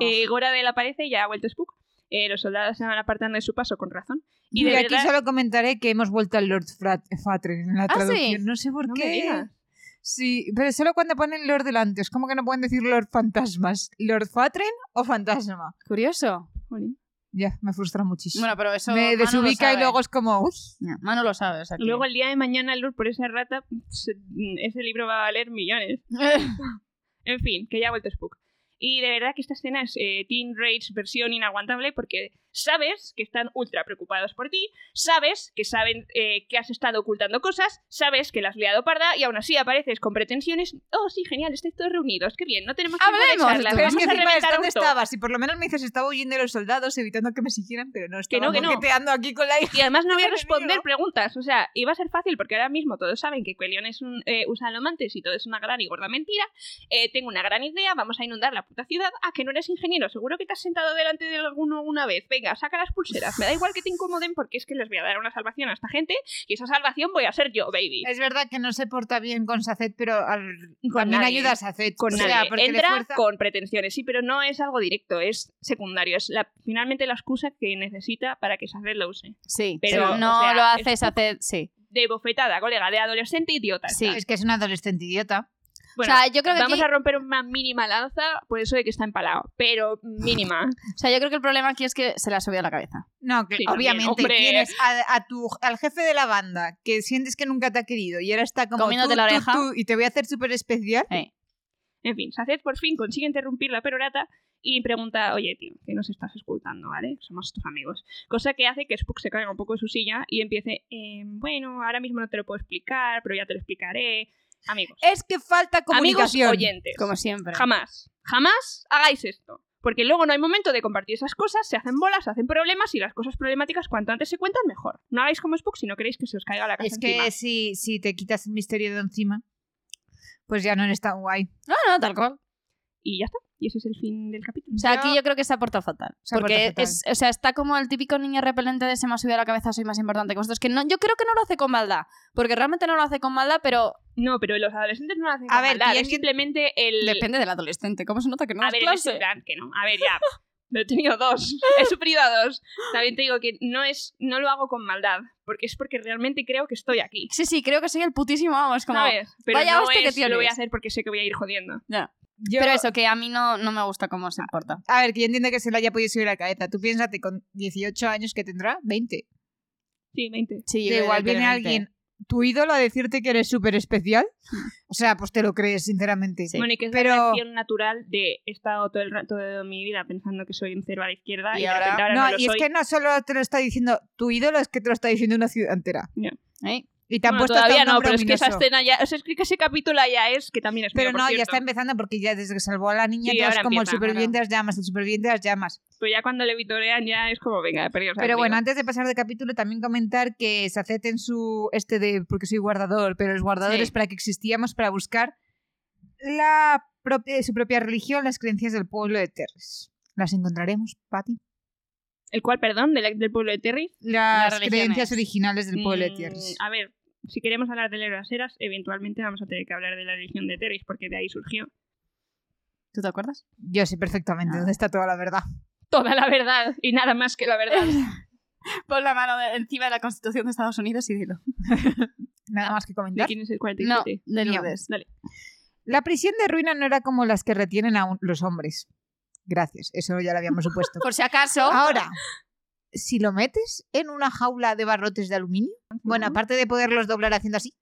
[SPEAKER 2] Eh, Gora de la aparece y ya ha vuelto Spook. eh, los soldados se van apartando de su paso con razón.
[SPEAKER 1] Y,
[SPEAKER 2] Y de
[SPEAKER 1] aquí
[SPEAKER 2] verdad- Ah,
[SPEAKER 1] solo comentaré que hemos vuelto al Lord Frat- Fatre en la
[SPEAKER 3] ¿sí?
[SPEAKER 1] traducción. No sé por
[SPEAKER 2] No me
[SPEAKER 1] qué.
[SPEAKER 2] digas.
[SPEAKER 1] Sí, pero solo cuando ponen Lord delante. Es como que no pueden decir Lord Fantasmas. ¿Lord Fatren o Fantasma?
[SPEAKER 3] Curioso.
[SPEAKER 2] Jolín.
[SPEAKER 1] Ya, me frustra muchísimo.
[SPEAKER 3] Bueno, pero eso.
[SPEAKER 1] me
[SPEAKER 3] Manu lo
[SPEAKER 1] desubica y
[SPEAKER 3] sabe.
[SPEAKER 1] luego es como... uy.
[SPEAKER 3] Ya, Manu lo sabe, o sea que-
[SPEAKER 2] Luego el día de mañana, Lur, por esa rata, se- mm, ese libro va a valer millones. En fin, que ya ha vuelto Spook. Y de verdad que esta escena es eh, Teen Rage versión inaguantable porque sabes que están ultra preocupados por ti, sabes que saben eh, que has estado ocultando cosas, sabes que la has liado parda y aún así apareces con pretensiones. Oh, sí, genial, estáis todos reunidos, qué bien, no tenemos tiempo de
[SPEAKER 3] Hablemos,
[SPEAKER 2] charlas,
[SPEAKER 3] tú.
[SPEAKER 1] Pero es
[SPEAKER 2] vamos
[SPEAKER 1] que
[SPEAKER 2] a
[SPEAKER 1] encima es
[SPEAKER 2] reventar
[SPEAKER 1] dónde
[SPEAKER 2] un to".
[SPEAKER 1] estabas. Y por lo menos me dices, estaba huyendo de los soldados, evitando que me siguieran, pero no,
[SPEAKER 2] Que
[SPEAKER 1] estaba
[SPEAKER 2] no, que no.
[SPEAKER 1] moqueteando aquí con la hija.
[SPEAKER 2] Y además no voy a
[SPEAKER 1] Madre
[SPEAKER 2] responder
[SPEAKER 1] mía.
[SPEAKER 2] preguntas. O sea, iba a ser fácil porque ahora mismo todos saben que Cuelión es un eh, usa alomantes y todo es una gran y gorda mentira. Eh, tengo una gran idea, vamos a inundar la puta ciudad. Ah, que no eres ingeniero, seguro que te has sentado delante de alguno una vez. Venga, saca las pulseras. Me da igual que te incomoden porque es que les voy a dar una salvación a esta gente y esa salvación voy a ser yo, baby.
[SPEAKER 1] Es verdad que no se porta bien con Sacet, pero al-
[SPEAKER 2] Con
[SPEAKER 1] también
[SPEAKER 2] nadie.
[SPEAKER 1] ayuda a Sacet.
[SPEAKER 2] Con
[SPEAKER 1] o sea,
[SPEAKER 2] nadie.
[SPEAKER 1] porque
[SPEAKER 2] Entra
[SPEAKER 1] le fuerza...
[SPEAKER 2] con pretensiones, sí, pero no es algo directo, es secundario. Es la- finalmente la excusa que necesita para que Sacer lo use.
[SPEAKER 3] Sí,
[SPEAKER 2] Pero,
[SPEAKER 3] pero
[SPEAKER 2] o
[SPEAKER 3] no
[SPEAKER 2] sea,
[SPEAKER 3] lo
[SPEAKER 2] es-
[SPEAKER 3] haces hacer. Sí.
[SPEAKER 2] De bofetada, colega, de adolescente idiota.
[SPEAKER 3] Sí.
[SPEAKER 1] Es que es un adolescente idiota.
[SPEAKER 2] Bueno,
[SPEAKER 3] o sea, yo creo que
[SPEAKER 2] Vamos
[SPEAKER 3] aquí-
[SPEAKER 2] a romper una mínima lanza por eso de que está empalado, pero mínima.
[SPEAKER 3] o sea, yo creo que el problema aquí es que se le ha subido a la cabeza.
[SPEAKER 1] No, que
[SPEAKER 2] Sí, también,
[SPEAKER 1] obviamente
[SPEAKER 2] hombre.
[SPEAKER 1] tienes a, a tu, al jefe de la banda que sientes que nunca te ha querido y ahora está como
[SPEAKER 3] Comiéndote
[SPEAKER 1] tú,
[SPEAKER 3] la
[SPEAKER 1] tú,
[SPEAKER 3] oreja.
[SPEAKER 1] tú, y te voy a hacer súper especial.
[SPEAKER 2] En fin, Saced por fin consigue interrumpir la perorata y pregunta, oye tío, que nos estás ocultando, ¿vale? Somos tus amigos. Cosa que hace que Spook se caiga un poco de su silla y empiece, "Eh, bueno, ahora mismo no te lo puedo explicar, pero ya te lo explicaré. Amigos.
[SPEAKER 1] Es que falta
[SPEAKER 2] Amigos
[SPEAKER 1] comunicación.
[SPEAKER 2] oyentes.
[SPEAKER 3] Como siempre.
[SPEAKER 2] Jamás, jamás hagáis esto. Porque luego no hay momento de compartir esas cosas, se hacen bolas, se hacen problemas y las cosas problemáticas cuanto antes se cuentan mejor. No hagáis como Spook si no queréis que se os caiga la casa
[SPEAKER 1] es que
[SPEAKER 2] encima.
[SPEAKER 1] si, si te quitas el misterio de encima, pues ya no eres tan guay.
[SPEAKER 3] No, no, tal cual.
[SPEAKER 2] y ya está. Y ese es el fin del capítulo.
[SPEAKER 3] O sea,
[SPEAKER 1] Yo-
[SPEAKER 3] aquí yo creo que se ha portado fatal.
[SPEAKER 1] Se ha
[SPEAKER 3] porque
[SPEAKER 1] portado
[SPEAKER 3] es- o sea, está como el típico niño repelente de se me ha subido a la cabeza, soy más importante que vosotros. Que no, yo creo que no lo hace con maldad. Porque realmente no lo hace con maldad, pero
[SPEAKER 2] No, pero los adolescentes no lo hacen
[SPEAKER 1] A
[SPEAKER 2] con
[SPEAKER 1] ver,
[SPEAKER 2] maldad,
[SPEAKER 1] ¿quién-
[SPEAKER 2] es simplemente el...
[SPEAKER 3] depende del adolescente. ¿Cómo se nota que no
[SPEAKER 2] a
[SPEAKER 3] das
[SPEAKER 2] ver, en ese
[SPEAKER 3] clase?
[SPEAKER 2] plan, que no. A ver, ya. Lo he tenido dos. He sufrido a dos. También te digo que no es no lo hago con maldad, porque es porque realmente creo que estoy aquí.
[SPEAKER 3] Sí, sí, creo que soy el putísimo, vamos, como...
[SPEAKER 2] ¿Sabes? Pero
[SPEAKER 3] vaya
[SPEAKER 2] no
[SPEAKER 3] hostia que
[SPEAKER 2] es, lo voy a
[SPEAKER 3] tienes.
[SPEAKER 2] hacer porque sé que voy a ir jodiendo.
[SPEAKER 1] Yo-
[SPEAKER 3] Pero eso, que a mí no, no me gusta cómo
[SPEAKER 2] Ah,
[SPEAKER 3] se porta.
[SPEAKER 1] A ver, que yo entiendo que se le haya podido subir la cabeza. Tú piénsate con 18 años que tendrá, 20.
[SPEAKER 2] Sí, 20.
[SPEAKER 3] Sí,
[SPEAKER 1] Da igual viene
[SPEAKER 3] evidentemente.
[SPEAKER 1] alguien, tu ídolo, a decirte que eres súper especial. O sea, pues te lo crees, sinceramente.
[SPEAKER 3] Sí.
[SPEAKER 2] Bueno, y que es
[SPEAKER 1] Pero-
[SPEAKER 2] la reacción natural de he estado todo el rato de mi vida pensando que soy un cero a la izquierda
[SPEAKER 3] Y
[SPEAKER 2] y, de
[SPEAKER 3] ahora-
[SPEAKER 2] repente ahora no,
[SPEAKER 1] No,
[SPEAKER 2] lo
[SPEAKER 1] y
[SPEAKER 2] soy.
[SPEAKER 1] es que no solo te lo está diciendo tu ídolo, es que te lo está diciendo una ciudad entera.
[SPEAKER 3] ¿Eh?
[SPEAKER 1] Y te han
[SPEAKER 2] Bueno,
[SPEAKER 1] puesto hasta
[SPEAKER 2] todavía
[SPEAKER 1] un
[SPEAKER 2] no,
[SPEAKER 1] nombre
[SPEAKER 2] pero es que esa
[SPEAKER 1] ominoso.
[SPEAKER 2] escena ya, o sea, es que ese capítulo ya es que también es
[SPEAKER 1] Pero
[SPEAKER 2] mío, por
[SPEAKER 1] no, ya
[SPEAKER 2] cierto.
[SPEAKER 1] está empezando porque ya desde que salvó a la niña
[SPEAKER 2] Sí,
[SPEAKER 1] todo es
[SPEAKER 2] ahora
[SPEAKER 1] como
[SPEAKER 2] empieza,
[SPEAKER 1] el superviviente las llamas, el superviviente las llamas.
[SPEAKER 2] Pero ya cuando le vitorean ya es como, venga, perdidos al
[SPEAKER 1] Pero
[SPEAKER 2] río.
[SPEAKER 1] bueno, antes de pasar de capítulo, también comentar que se acepta en su este de porque soy guardador, pero los guardadores
[SPEAKER 3] Sí.
[SPEAKER 1] para que existíamos para buscar la propia- su propia religión, las creencias del pueblo de Terres. Las encontraremos, Pati.
[SPEAKER 2] ¿El cual, perdón? ¿Del, del pueblo de Terry?
[SPEAKER 1] Las,
[SPEAKER 3] religiones.
[SPEAKER 1] creencias originales del pueblo de
[SPEAKER 2] Mm,
[SPEAKER 1] Terres.
[SPEAKER 2] A ver, si queremos hablar de las eras, eventualmente vamos a tener que hablar de la religión de Terry, porque de ahí surgió
[SPEAKER 3] ¿Tú te acuerdas?
[SPEAKER 1] Yo sé perfectamente
[SPEAKER 3] Ah.
[SPEAKER 1] dónde está toda la verdad.
[SPEAKER 2] toda la verdad y nada más que la verdad.
[SPEAKER 3] Pon la mano de- encima de la Constitución de Estados Unidos y dilo.
[SPEAKER 1] Nada más que
[SPEAKER 2] ¿De
[SPEAKER 1] comentar.
[SPEAKER 2] quién es el
[SPEAKER 3] No,
[SPEAKER 2] 47?
[SPEAKER 3] de
[SPEAKER 1] Mío.
[SPEAKER 3] Lourdes.
[SPEAKER 1] La prisión de ruina no era como las que retienen a un- los hombres. Gracias, eso ya lo habíamos supuesto.
[SPEAKER 3] Por si acaso...
[SPEAKER 1] Ahora, si lo metes en una jaula de barrotes de aluminio, bueno, aparte de poderlos doblar haciendo así,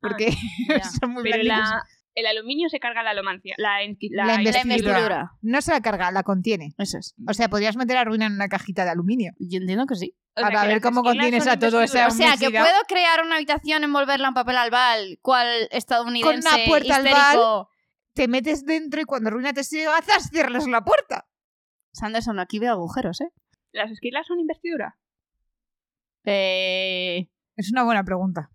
[SPEAKER 1] porque
[SPEAKER 3] Ah, Ya.
[SPEAKER 1] son muy
[SPEAKER 2] Pero
[SPEAKER 1] blanditos.
[SPEAKER 2] la- el aluminio se carga la alomancia. La, en- la-
[SPEAKER 1] La
[SPEAKER 3] La
[SPEAKER 1] investidura.
[SPEAKER 3] investidura.
[SPEAKER 1] No se la carga, la contiene.
[SPEAKER 3] Eso es.
[SPEAKER 1] O sea, podrías meter la ruina en una cajita de aluminio.
[SPEAKER 3] Yo entiendo que sí.
[SPEAKER 2] o sea,
[SPEAKER 1] ahora a
[SPEAKER 2] que
[SPEAKER 1] ver
[SPEAKER 2] las
[SPEAKER 1] cómo
[SPEAKER 2] esquinas
[SPEAKER 1] contienes
[SPEAKER 2] son
[SPEAKER 1] a todo ese
[SPEAKER 2] investiduras.
[SPEAKER 3] O sea, que
[SPEAKER 1] Homicida.
[SPEAKER 3] puedo crear una habitación, envolverla en papel albal, cual estadounidense
[SPEAKER 1] Con una puerta
[SPEAKER 3] histérico.
[SPEAKER 1] albal. Te metes dentro y cuando ruina te segazas, cierras la puerta.
[SPEAKER 3] Sanderson, aquí veo agujeros, ¿eh?
[SPEAKER 2] ¿Las esquilas son investidura?
[SPEAKER 3] Eh...
[SPEAKER 1] Es una buena pregunta.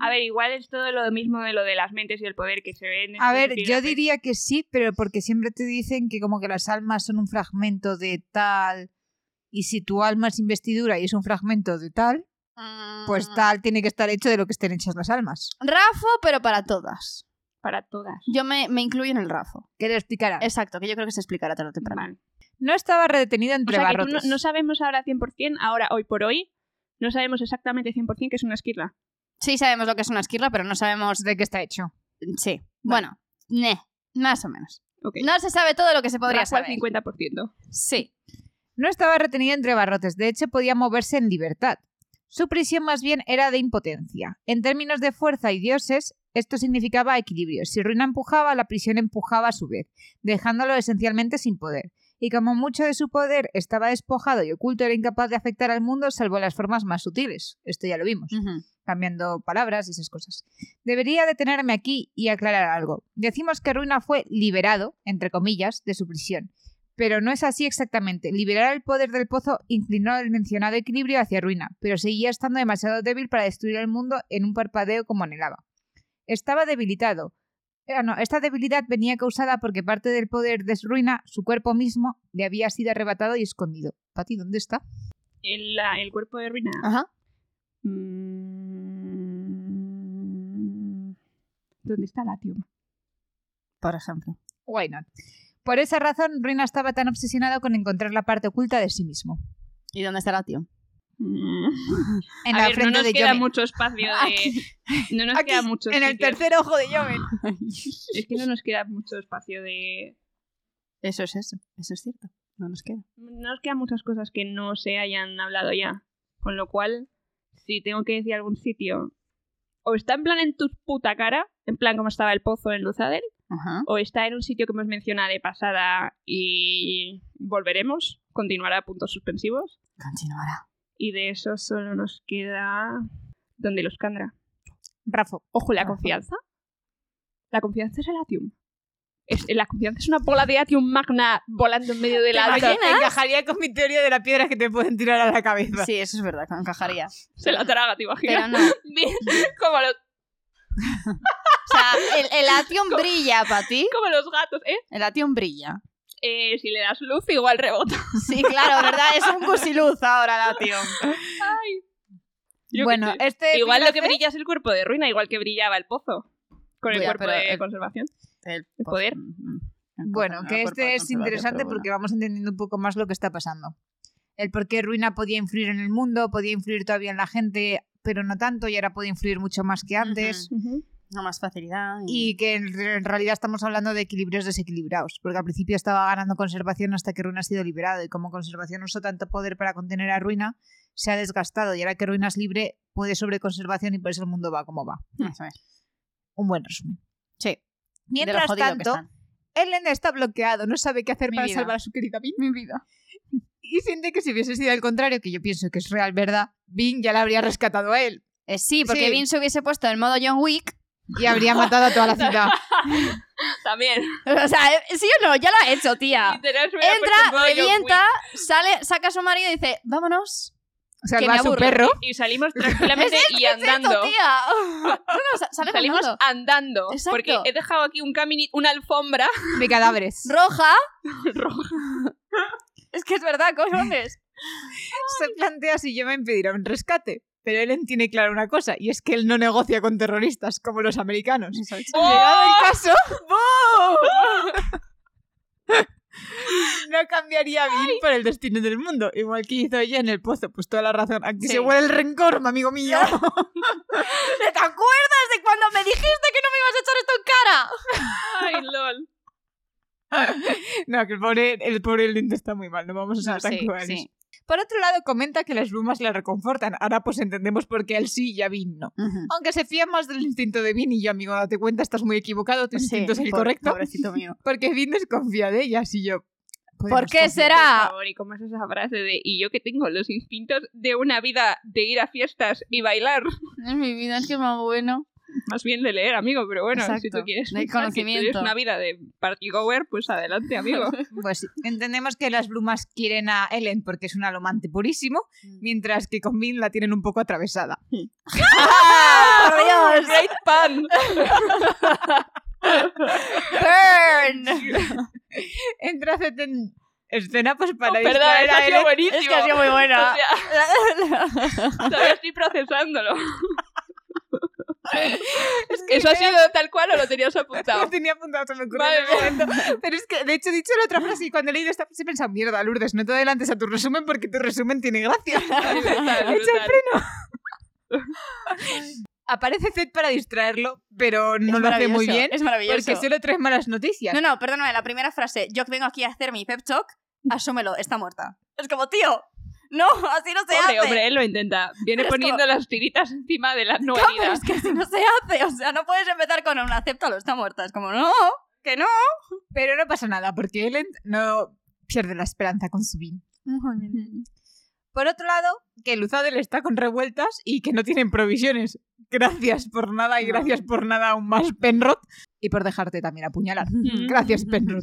[SPEAKER 2] A ver, igual es todo lo mismo de lo de las mentes y el poder que se este ven.
[SPEAKER 1] A ver, yo diría que sí, pero porque siempre te dicen que como que las almas son un fragmento de tal y si tu alma es investidura y es un fragmento de tal, pues tal tiene que estar hecho de lo que estén hechas las almas.
[SPEAKER 3] Rafo, pero para todas.
[SPEAKER 2] para todas.
[SPEAKER 3] Yo me, me incluyo en el Razo.
[SPEAKER 1] Que te explicará.
[SPEAKER 3] Exacto, que yo creo que se explicará tarde o temprano.
[SPEAKER 2] Vale.
[SPEAKER 1] No estaba redetenida
[SPEAKER 2] O
[SPEAKER 1] entre
[SPEAKER 2] sea que tú no,
[SPEAKER 1] barrotes.
[SPEAKER 2] no sabemos ahora 100%, ahora, hoy por hoy, no sabemos exactamente 100% que es una esquirla.
[SPEAKER 3] Sí sabemos lo que es una esquirla, pero no sabemos...
[SPEAKER 1] ¿De qué está hecho?
[SPEAKER 3] Sí. Bueno, ne, más o menos.
[SPEAKER 2] Ok.
[SPEAKER 3] No se sabe todo lo que se podría
[SPEAKER 2] Razo al
[SPEAKER 3] saber.
[SPEAKER 2] 50%.
[SPEAKER 3] Sí.
[SPEAKER 1] No estaba retenida entre barrotes, de hecho podía moverse en libertad. Su prisión más bien era de impotencia. En términos de fuerza y dioses, esto significaba equilibrio. Si Ruina empujaba, la prisión empujaba a su vez, dejándolo esencialmente sin poder. Y como mucho de su poder estaba despojado y oculto, era incapaz de afectar al mundo salvo las formas más sutiles. Esto ya lo vimos
[SPEAKER 3] Ujú.
[SPEAKER 1] cambiando palabras y esas cosas. Debería detenerme aquí y aclarar algo. Decimos que Ruina fue liberado, entre comillas, de su prisión. Pero no es así exactamente. Liberar el poder del pozo inclinó el mencionado equilibrio hacia Ruina, pero seguía estando demasiado débil para destruir el mundo en un parpadeo como anhelaba. Estaba debilitado. Ah, no, esta debilidad venía causada porque parte del poder de Ruina, su cuerpo mismo, le había sido arrebatado y escondido. Pati, ¿dónde está?
[SPEAKER 2] El, la- el cuerpo de ruina.
[SPEAKER 3] Ajá.
[SPEAKER 2] Mm. ¿Dónde está Latium?
[SPEAKER 3] Por ejemplo.
[SPEAKER 1] Why not? Por esa razón, Ruina estaba tan obsesionado con encontrar la parte oculta de sí mismo.
[SPEAKER 3] ¿Y dónde estará tío?
[SPEAKER 1] En
[SPEAKER 2] A
[SPEAKER 1] la
[SPEAKER 2] ver,
[SPEAKER 1] frente
[SPEAKER 2] no nos
[SPEAKER 1] de
[SPEAKER 2] queda
[SPEAKER 1] Yomen.
[SPEAKER 2] mucho espacio de... No nos
[SPEAKER 1] Aquí,
[SPEAKER 2] queda mucho
[SPEAKER 1] en el
[SPEAKER 2] sitio.
[SPEAKER 1] tercer ojo de Yomen.
[SPEAKER 2] Es que no nos queda mucho espacio de...
[SPEAKER 3] Eso es eso. Eso es cierto. No nos queda.
[SPEAKER 2] No nos quedan muchas cosas que no se hayan hablado ya. Con lo cual, si tengo que decir algún sitio... O está en plan en tu puta cara, en plan como estaba el pozo en Luzadel,
[SPEAKER 3] Ajá.
[SPEAKER 2] o está en un sitio que hemos mencionado de pasada y volveremos, continuará a puntos suspensivos,
[SPEAKER 3] Continuará.
[SPEAKER 2] y de eso solo nos queda donde los Candra.
[SPEAKER 1] Rafa,
[SPEAKER 2] Ojo, la
[SPEAKER 1] Ajá.
[SPEAKER 2] confianza. La confianza es el Atium. Es- la confianza es una bola de Atium magna volando en medio de la
[SPEAKER 1] la
[SPEAKER 2] alta.
[SPEAKER 1] encajaría con mi teoría de las piedras que te pueden tirar a la cabeza.
[SPEAKER 3] Sí, eso es verdad, que encajaría.
[SPEAKER 2] Se la traga, te
[SPEAKER 3] Pero
[SPEAKER 2] imaginas.
[SPEAKER 3] no. O
[SPEAKER 2] como, los,
[SPEAKER 3] sea, el, el Atium brilla para ti.
[SPEAKER 2] como los gatos, ¿eh?
[SPEAKER 3] El Atium brilla.
[SPEAKER 2] Eh, Si le das luz, igual rebota.
[SPEAKER 3] Sí, claro, ¿verdad? Es un gusiluz ahora el Atium.
[SPEAKER 2] Ay. Yo qué
[SPEAKER 1] bueno,
[SPEAKER 2] sé.
[SPEAKER 1] este.
[SPEAKER 2] igual lo que
[SPEAKER 1] epígrafe-
[SPEAKER 2] brilla es el cuerpo de ruina, igual que brillaba el pozo. Con el
[SPEAKER 3] Ya,
[SPEAKER 2] cuerpo
[SPEAKER 3] pero
[SPEAKER 2] de
[SPEAKER 3] el-
[SPEAKER 2] conservación.
[SPEAKER 3] El mm,
[SPEAKER 2] poder.
[SPEAKER 1] Bueno, que este es interesante porque vamos entendiendo un poco más lo que está pasando. El por qué Ruina podía influir en el mundo, podía influir todavía en la gente, pero no tanto, y ahora puede influir mucho más que antes.
[SPEAKER 3] Ujú. No más facilidad. Y...
[SPEAKER 1] y que en, re- en realidad estamos hablando de equilibrios desequilibrados, porque al principio estaba ganando conservación hasta que Ruina ha sido liberado y como conservación usó tanto poder para contener a Ruina, se ha desgastado y ahora que Ruina es libre puede sobre conservación y por eso el mundo va como va.
[SPEAKER 3] Eso es. Un
[SPEAKER 1] Un buen resumen.
[SPEAKER 3] Sí. de lo
[SPEAKER 1] Mientras
[SPEAKER 3] jodido que
[SPEAKER 1] tanto,
[SPEAKER 3] están.
[SPEAKER 1] Ellen está bloqueado, no sabe qué hacer
[SPEAKER 3] Mi
[SPEAKER 1] para
[SPEAKER 3] vida.
[SPEAKER 1] salvar a su querida Bing. Mi vida. Y siente que si hubiese sido al contrario, que yo pienso que es real, ¿verdad? Bing ya la habría rescatado a él
[SPEAKER 3] Eh, sí, porque
[SPEAKER 1] Sí.
[SPEAKER 3] Vin se hubiese puesto el modo John Wick.
[SPEAKER 1] y habría matado a toda la ciudad.
[SPEAKER 2] También.
[SPEAKER 3] O sea, eh, sí o no, ya lo ha hecho, tía.
[SPEAKER 2] Literal, se hubiera puesto en modo
[SPEAKER 3] Entra,
[SPEAKER 2] John
[SPEAKER 3] revienta, sale, saca a su marido y dice, vámonos. Que
[SPEAKER 1] Salva a
[SPEAKER 3] me
[SPEAKER 1] su
[SPEAKER 3] aburro.
[SPEAKER 1] perro.
[SPEAKER 2] Wick. Y salimos tranquilamente y andando.
[SPEAKER 3] Cierto, tía. No, no, sa- sale
[SPEAKER 2] Salimos
[SPEAKER 3] andando.
[SPEAKER 2] andando.
[SPEAKER 3] Exacto.
[SPEAKER 2] Porque he dejado aquí un camini, una alfombra
[SPEAKER 1] de cadáveres.
[SPEAKER 3] Roja.
[SPEAKER 2] roja.
[SPEAKER 3] Es que es verdad, cojones.
[SPEAKER 1] se plantea si yo me impedirá un rescate. Pero Ellen tiene claro una cosa, y es que él no negocia con terroristas como los
[SPEAKER 3] Pues
[SPEAKER 1] americanos. Llegado el caso, no cambiaría a Bill por el destino del mundo. Igual que hizo ella en el pozo, pues toda la razón. Aquí
[SPEAKER 3] Sí.
[SPEAKER 1] se huele el rencor, mi amigo mío.
[SPEAKER 3] ¿Te acuerdas de cuando me dijiste que no me ibas a echar esto en cara?
[SPEAKER 2] Ay, lol.
[SPEAKER 1] no, que el pobre, el pobre Ellen está muy mal, no vamos a ser tan crueles. Por otro lado, comenta que las brumas le reconfortan. Ahora pues entendemos por qué él sí y a Bill no. Aunque se fía más del instinto de Vin y yo, amigo, date cuenta, estás muy equivocado, tu instinto es el correcto.
[SPEAKER 3] Pues Pobrecito mío.
[SPEAKER 1] Porque Vin desconfía de ellas y yo.
[SPEAKER 3] ¿Por
[SPEAKER 1] podemos
[SPEAKER 3] qué
[SPEAKER 1] confiar.
[SPEAKER 2] Por
[SPEAKER 3] será?
[SPEAKER 2] favor, ¿y cómo es esa frase de y yo que tengo los instintos de una vida de ir a fiestas y bailar?
[SPEAKER 3] Es mi vida, es que es más bueno.
[SPEAKER 2] Más bien de leer, amigo, pero bueno, si
[SPEAKER 3] Exacto.
[SPEAKER 2] tú quieres
[SPEAKER 3] No hay
[SPEAKER 2] pensar que
[SPEAKER 3] conocimiento.
[SPEAKER 2] tienes una vida de party goer, pues adelante, amigo.
[SPEAKER 1] Pues sí, entendemos que las brumas quieren a Ellen porque es un alomante purísimo,
[SPEAKER 2] Mm.
[SPEAKER 1] mientras que con Vin la tienen un poco atravesada.
[SPEAKER 3] ¡Ah, por Dios!
[SPEAKER 2] Great pan.
[SPEAKER 3] ¡Burn!
[SPEAKER 1] Entra Zed en escena pues para
[SPEAKER 2] Perdón,
[SPEAKER 1] distraer
[SPEAKER 2] eso ha
[SPEAKER 1] a
[SPEAKER 2] sido
[SPEAKER 1] Ellen.
[SPEAKER 2] buenísimo.
[SPEAKER 3] Es que ha sido muy buena.
[SPEAKER 2] O sea, todavía estoy procesándolo. ¿Eso ha sido tal cual o lo tenías apuntado?
[SPEAKER 1] Lo tenía apuntado, se me ocurrió
[SPEAKER 2] Vale,
[SPEAKER 1] en el momento. Pero es que, de hecho, he dicho la otra frase y cuando he leído esta frase he pensado, mierda, Lourdes, no te adelantes a tu resumen porque tu resumen tiene gracia.
[SPEAKER 2] Brutal, brutal.
[SPEAKER 1] Echa el freno. Aparece Zed para distraerlo, pero no
[SPEAKER 3] Es
[SPEAKER 1] lo hace muy
[SPEAKER 3] maravilloso,
[SPEAKER 1] bien
[SPEAKER 3] Es maravilloso.
[SPEAKER 1] porque solo traes malas noticias.
[SPEAKER 3] No, no, perdóname, la primera frase, yo que vengo aquí a hacer mi pep talk, asúmelo, está muerta. Es como, tío, no, así no se
[SPEAKER 2] Pobre
[SPEAKER 3] hace.
[SPEAKER 2] hombre, él lo intenta. Viene
[SPEAKER 3] Pero es
[SPEAKER 2] poniendo las tiritas encima de las
[SPEAKER 3] No,
[SPEAKER 2] nuevas.
[SPEAKER 3] pero es que así no se hace. O sea, no puedes empezar con un acéptalo, está muerta. Es como, no, que no.
[SPEAKER 1] Pero no pasa nada porque él ent- no pierde la esperanza con su bin. Por otro lado, que Luzadel está con revueltas y que no tienen provisiones. Gracias por nada y
[SPEAKER 3] No.
[SPEAKER 1] gracias por nada aún más, Penrod. Y por dejarte también apuñalar. Gracias, Penrod.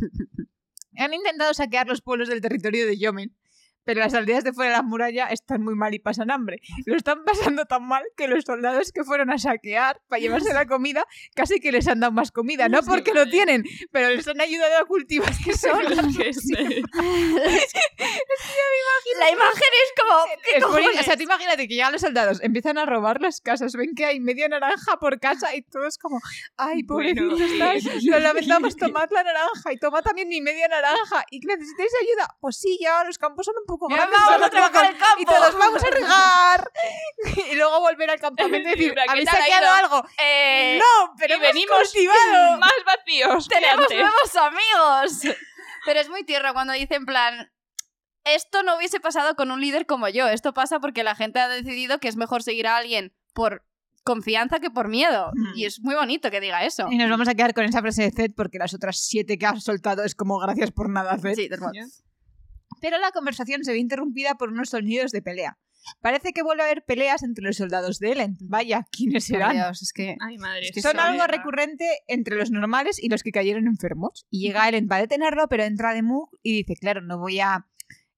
[SPEAKER 1] Han intentado saquear los pueblos del territorio de Yomen, pero las aldeas de fuera de la muralla están muy mal y pasan hambre. Lo están pasando tan mal que los soldados que fueron a saquear para llevarse la comida casi que les han dado más comida. No
[SPEAKER 2] Sí,
[SPEAKER 1] porque lo
[SPEAKER 2] vale.
[SPEAKER 1] tienen, pero les han ayudado a cultivar que son
[SPEAKER 3] La imagen es como, ¿qué
[SPEAKER 1] Es bonito,
[SPEAKER 3] cojones?
[SPEAKER 1] O sea, tú imagínate que llegan los soldados, empiezan a robar las casas, ven que hay media naranja por casa y todos como, ay, pobrecito,
[SPEAKER 2] Bueno, sí.
[SPEAKER 1] estáis, lo lamentamos, tomad la naranja y tomad también mi media naranja y que necesitáis ayuda. Pues sí, ya los campos son un poco
[SPEAKER 3] Ya
[SPEAKER 1] grandes.
[SPEAKER 3] vamos
[SPEAKER 1] son
[SPEAKER 3] a
[SPEAKER 1] un
[SPEAKER 3] trabajar
[SPEAKER 1] poco-
[SPEAKER 3] el campo.
[SPEAKER 1] Y todos vamos a regar. y luego volver al campamento y
[SPEAKER 2] Sí,
[SPEAKER 1] decir,
[SPEAKER 2] pero aquí
[SPEAKER 1] ¿habéis
[SPEAKER 2] te ha
[SPEAKER 1] saqueado
[SPEAKER 2] ido.
[SPEAKER 1] algo?
[SPEAKER 3] Eh,
[SPEAKER 1] no, pero
[SPEAKER 2] y
[SPEAKER 1] hemos
[SPEAKER 2] venimos
[SPEAKER 1] cultivado.
[SPEAKER 2] Más vacíos. que
[SPEAKER 3] tenemos
[SPEAKER 2] antes.
[SPEAKER 3] nuevos amigos. Pero es muy tierno cuando dice en plan, esto no hubiese pasado con un líder como yo. Esto pasa porque la gente ha decidido que es mejor seguir a alguien por confianza que por miedo.
[SPEAKER 1] Mm.
[SPEAKER 3] Y es muy bonito que diga eso.
[SPEAKER 1] Y nos vamos a quedar con esa frase de Zed porque las otras siete que has soltado es como gracias por nada, Zed.
[SPEAKER 3] Sí, tal cual.
[SPEAKER 1] pero la conversación se ve interrumpida por unos sonidos de pelea. Parece que vuelve a haber peleas entre los soldados de Ellen. Vaya, ¿quiénes
[SPEAKER 3] Por
[SPEAKER 1] serán?
[SPEAKER 3] Dios, es que...
[SPEAKER 2] Ay, madre.
[SPEAKER 3] Es que
[SPEAKER 1] Son
[SPEAKER 3] Soledad.
[SPEAKER 1] algo recurrente entre los normales y los que cayeron enfermos. Y llega Ellen para detenerlo, pero entra de Moog y dice, claro, no voy a